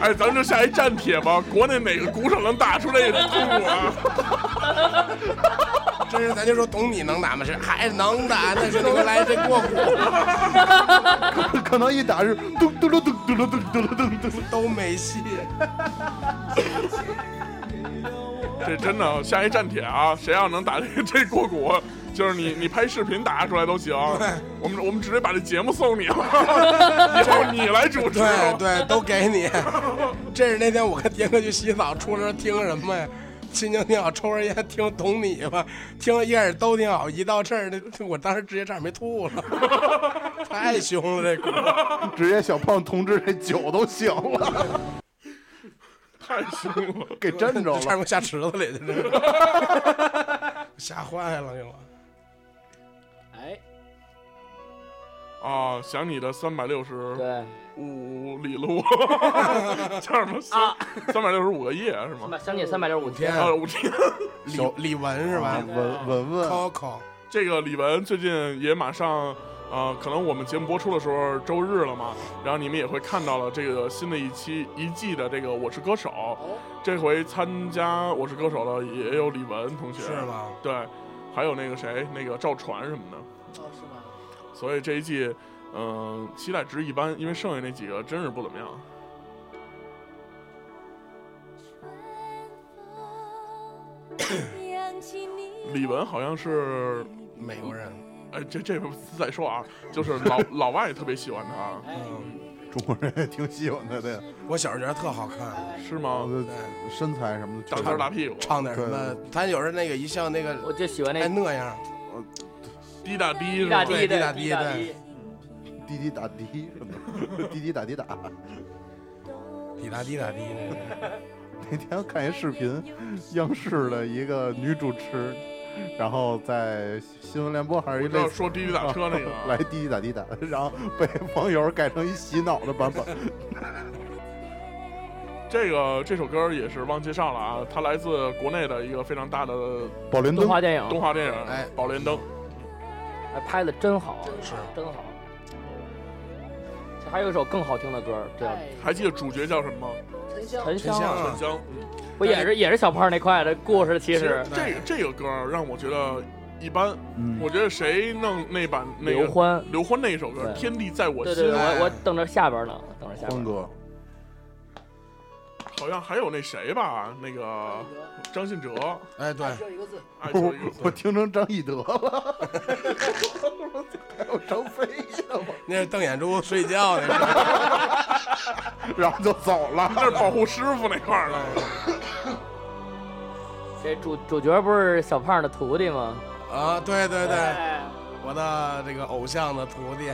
哎，咱们就下一站帖吧。国内哪个鼓手能打出这个痛苦啊？真是，咱就说懂你能打吗？是还能打，但是你们来这过鼓可能一打是咚咚咚咚咚咚咚咚咚咚。都没戏。这真的下一站帖 啊！谁要能打这个这过鼓，就是你你拍视频打出来都行。我们我们直接把这节目送你 了，以后你来主持。对对，都给你。这是那天我跟杰哥去洗澡，出来时候听什么呀？心情挺好，抽根烟听懂你吧，听一开始都挺好，一到这儿，那我当时直接差点没吐了，太凶了这鼓。职业小胖同志这酒都醒了，太凶了。给震着差点了。给我下池子里去了， 吓坏了给我。哎，啊，想你的三百六十对，五里路， 叫什么？三三百六十五个夜是吗？想你啊三百六十五天天，啊，五天。李李玟是吧文文文， ？Coco，这个李玟最近也马上，呃，可能我们节目播出的时候周日了嘛，然后你们也会看到了这个新的一期一季的这个《我是歌手》，哦这回参加《我是歌手》的也有李玟同学，是？吗？对，还有那个谁，那个赵传什么的，哦是吗？所以这一季，嗯、期待值一般，因为剩下那几个真是不怎么样。李玟好像是，嗯美国人，哎，这这再说啊，就是 老老外特别喜欢哎他，嗯，中国人也挺喜欢他的，我小时候觉得特好看，是吗？呃身材什么的，大头大屁股，唱点什么，他有时候那个一像那个我就喜欢还哎那那样，滴答滴滴是答吧？滴滴的答滴滴答对滴，滴滴打滴，滴滴打滴打。滴答滴答滴 那个。那天看一视频，央视的一个女主持，然后在新闻联播还是一我知道类似说滴滴打车那个啊 来滴滴打滴打，然后被网友改成一洗脑的版本。这个这首歌也是忘介绍了啊，它来自国内的一个非常大的宝莲灯动画电影动画电影，哎，宝莲灯，哎，拍的真好，是真好。还有一首更好听的歌，这样还记得主角叫什么吗？沉哎沉香香啊沉香，不也是也是小胖那块的故事？其其实实这个这个歌儿让我觉得一般，嗯我觉得谁弄那版那个刘欢哎刘欢那一首歌对《天地在我对心对》，对，我我等着下边呢，等着下边。哥，好像还有那谁吧，那个张信哲，哎对，只有一个字，爱我就一个字我听成张艺德了，还有张飞呢吗？ 那是瞪眼珠睡觉那是。然后就走了。那是保护师傅那块儿的，这主主角不是小胖的徒弟吗？啊，对对对，哎，我的这个偶像的徒弟，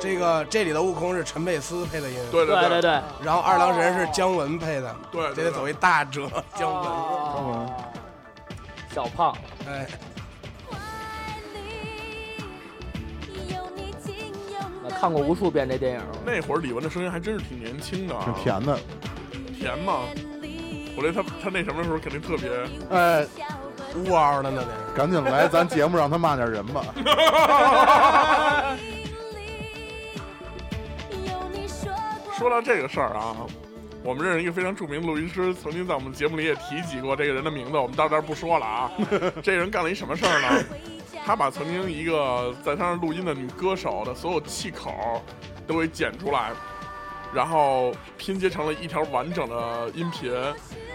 这个这里的悟空是陈佩斯配的音，对对对对对，然后二郎神是姜文配的，对对这得走一大折，姜文，哦文，小胖，哎，我看过无数遍这电影。那会儿李玟的声音还真是挺年轻的啊，挺甜的，甜嘛。我觉得他他那什么的时候肯定特别，哎，呜嗷的呢那是。赶紧来咱节目让他骂点人吧。说到这个事儿啊，我们认识一个非常著名的录音师，曾经在我们节目里也提及过这个人的名字，我们到这儿不说了啊。这人干了一什么事儿呢？他把曾经一个在他那儿录音的女歌手的所有气口都给剪出来，然后拼接成了一条完整的音频。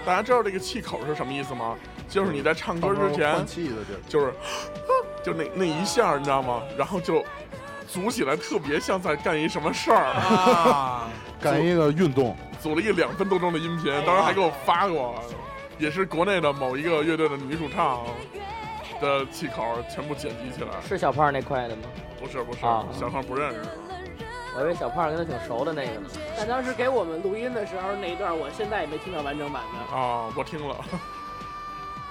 大家知道这个气口是什么意思吗？就是你在唱歌之前换，气的地儿，就是就那那一下，你知道吗？然后就组起来，特别像在干一什么事儿。啊，干一个运动，组了一个两分多钟的音频，当时还给我发过，也是国内的某一个乐队的女主唱的气口全部剪辑起来。是小胖那块的吗？不是不是，啊小胖不认识。我以为小胖跟他挺熟的那个呢。但当时给我们录音的时候那一段，我现在也没听到完整版的。啊，我听了，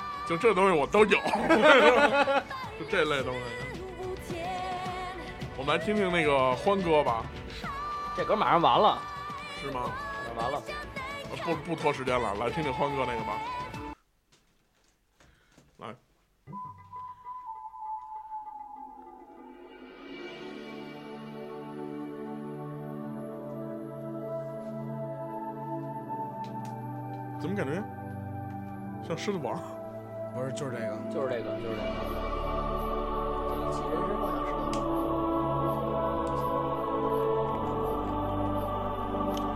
就这东西我都有，就这类东西。我们来听听那个欢哥吧，这歌马上完了，是吗？马上完了。不不拖时间了，来听听欢哥那个吧。来，怎么感觉像狮子王？不是就是这个，就是这个，就是这个。起人生梦想石头路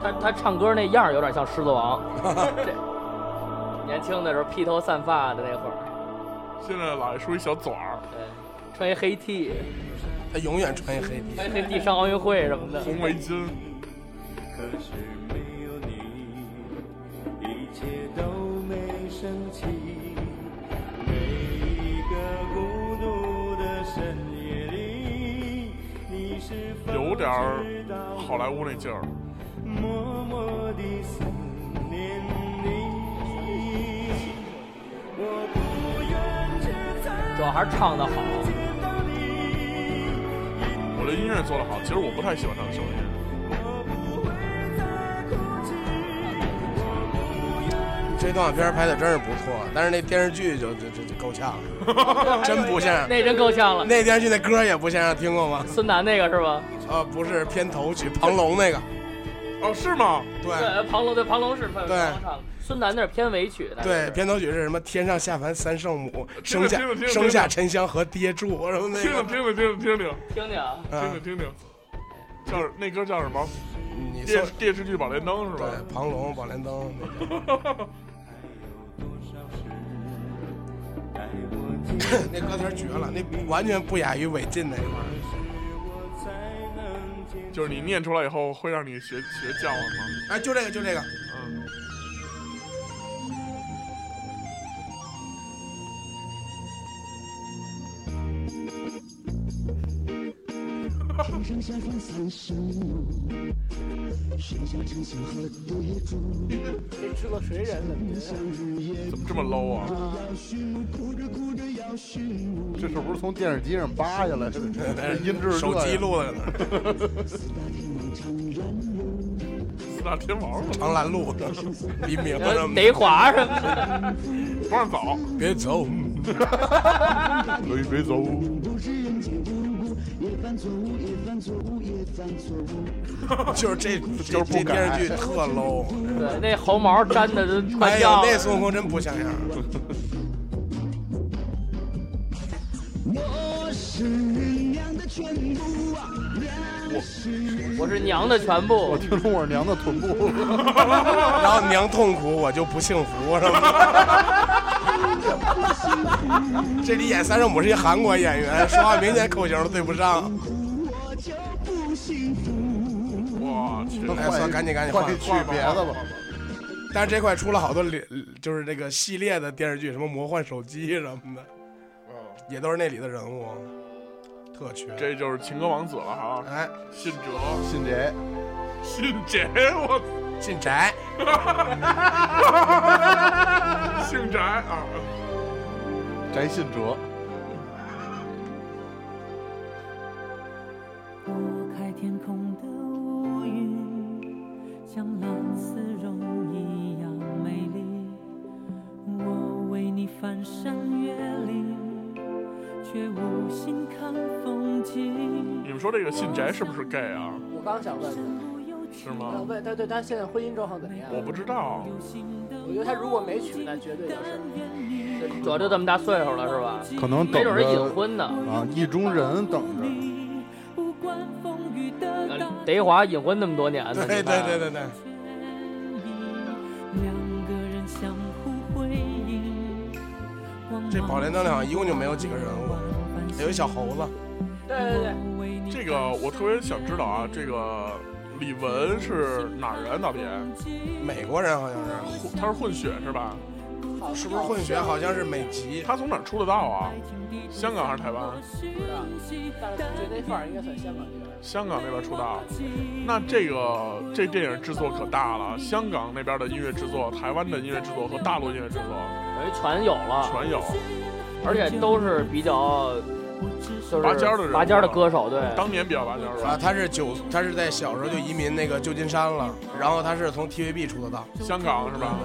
他他唱歌那样儿有点像狮子 王，这年轻的时候披头散发的那会儿，现在老爱梳一小嘴儿，对，穿一黑 T，他永远穿一黑 T，穿一黑 T 上奥运会什么 的。红围巾，可是没有你，一切都没生气。每一个孤独的深夜里，你是否有点儿知道我好莱坞那劲儿。默默地想念你？我不愿去再主要还是唱 的好，见到你。我这音乐做得好，其实我不太喜欢他的声音。这动画片拍的真是不错，但是那电视剧就就就就够呛， 真不像。那真够呛了。那电视剧那歌也不像样，听过吗？孙楠那个是吧？啊，不是片头曲，庞龙那个，哦，是吗？对，庞龙对庞龙是范对庞龙唱的，孙楠那是片尾曲的。对，片头曲是什么？天上下凡三圣母，听着生下听着听着生下沉香和爹住，什么那听个听。听听听听听听听啊，听啊嗯听听听，叫什那歌叫什么？你搜电电视剧《宝莲灯》是对吧？庞龙、宝莲灯，那歌词绝了，那完全不亚于韦晋那一块儿。 就是你念出来以后会让你学学叫唤吗？哎，就这个，就这个，嗯，这制作谁人怎么觉怎么这么 low 啊？这是不是从电视机上扒下来的？这音质手机录的呢。四大天王嘛，长兰路、黎明呃什么的得呃华什么的，不让走，别走，可以别走。 就是这就是不这敢电视剧特 low。对，那猴毛粘的都快哎呀掉，了。那孙悟空真不像样。 我是娘的全部我。听说我是娘的臀部，然后娘痛苦，我就不幸福，是吗？ 这里演三圣母是一韩国演员，说话明显口型都对不上。我去， 哎，算赶紧赶紧换换去别的吧。但是这块出了好多连，就是这个系列的电视剧，什么魔幻手机什么的，哦也都是那里的人物，啊特缺。这就是情歌王子了哈，哎，信哲，信杰，信哲，我进宅，操姓翟啊，翟信哲，拨开天空的乌云，像蓝丝绒一样美丽。我为你翻山越岭，却无心看风景。你们说这个信翟是不是 gay 啊？我刚想问，是我吗？问他对他现在婚姻状况怎么样？我不知道，我觉得他如果没娶，那绝对就是。主要就这么大岁数了是吧？可能没等准儿是隐着婚呢。啊，意中人等着。不管风雨的大呃德华隐婚那么多年呢，对对你看对对对，两个人相互辉映。这宝莲灯哎里好像一共就没有几个人物，有一小猴子，对对对，这个我特别想知道啊，这个李玟是哪儿人？大别，美国人好像是。混他是混血是吧？好是不是混血？好像是美籍。他从哪儿出的道啊？香港还是台湾？不知道，但是我觉得那范儿应该算香港这边。香港那边出道，那这个这电影制作可大了，香港那边的音乐制作、台湾的音乐制作和大陆音乐制作等于全有了，全有。而且都是比较就是拔尖儿的人物啊拔尖儿的歌手，对，当年比较拔尖儿是啊，吧？他是九，他是在小时候就移民那个旧金山了，然后他是从 TVB 出的道。香港是吧？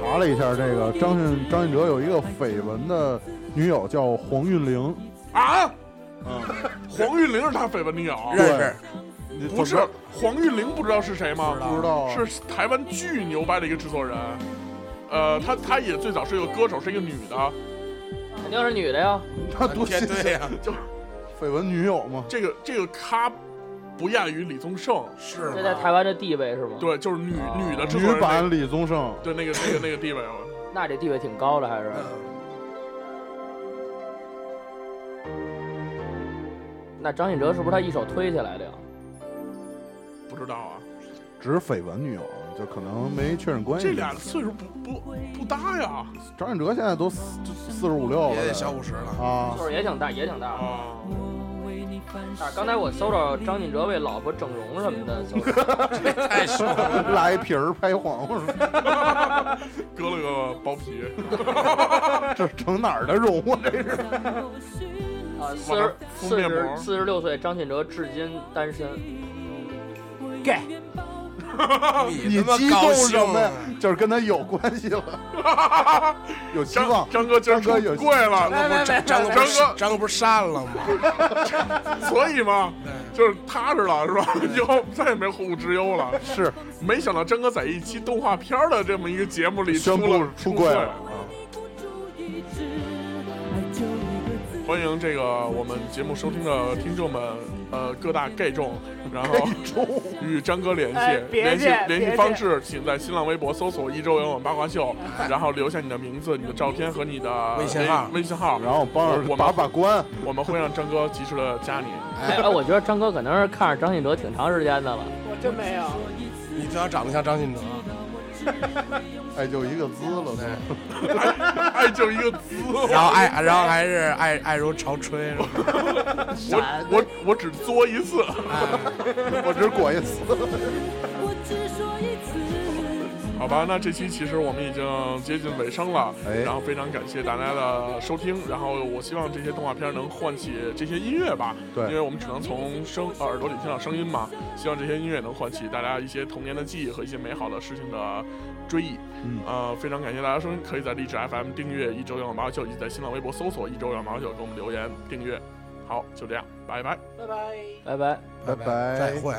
查了一下，这个张信张信哲有一个绯闻的女友叫黄韵玲，啊，嗯黄韵玲是他绯闻女友，认识，你不是怎么黄韵玲不知道是谁吗？不知道啊是台湾巨牛掰的一个制作人，呃，他他也最早是一个歌手，是一个女的，肯定是女的呀。他多新天对鲜呀、就绯闻女友嘛，这个这个咖不亚于李宗盛，是这在台湾这地位是吗？，对，就是女啊女的制作女人那个，版李宗盛，对那个那个那个地位了。那这地位挺高的，还是。那张信哲是不是他一手推起来的呀？不知道啊，只是绯闻女友，就可能没确认哎关系。这俩岁数不不不搭呀张信哲现在都四四十五六了，也得小五十了。啊岁，数也挺大，也挺大。啊！但是啊刚才我搜着张信哲为老婆整容什么的，搜着啊太凶了， 拉一皮儿拍黄瓜，割了个包皮， 这整哪儿的容啊？这是 啊，四十敷四面十膜四十六岁，张信哲至今单身。你哦你他激妈高动兴什么呀啊？？就是跟他有关系了，有希望张。张哥今儿张哥出有哎贵了，张哥不是张哥张哥不是张哥不是删了吗？哎所以嘛，就是踏实了是吧？以后再也没后顾之忧了。是没想到张哥在一期动画片儿的这么一个节目里宣出布了出柜柜了，啊！欢迎这个我们节目收听的听众们，呃，各大 gay 众，然后与张哥联哎系，别联系介联系别方介式，请在新浪微博搜索“一周摇滚八卦秀”，嗯然后留下你的名字、你的照片和你的微信号微信号，然后帮我着我把们把关，我们会让张哥及时的 加你。哎，哎我觉得张哥可能是看着张信哲挺长时间的了。我真没有，你最好长得像张信哲，啊爱哎就一个滋了都，爱哎就一个滋， 然后爱，然后还是爱爱如潮吹，是吧我 我我只作一次， 我只裹一 次。我只说一次，好吧，那这期其实我们已经接近尾声了，哎然后非常感谢大家的收听，然后我希望这些动画片能唤起这些音乐吧，对因为我们只能从声呃耳朵里听到声音嘛，希望这些音乐能唤起大家一些童年的记忆和一些美好的事情的追忆。嗯呃，非常感谢大家收听，可以在荔枝 FM 订阅一周摇滚八八九，以及在新浪微博搜索一周摇滚八八九给我们留言订阅。好，就这样，拜拜。拜拜。拜拜。拜拜，再会。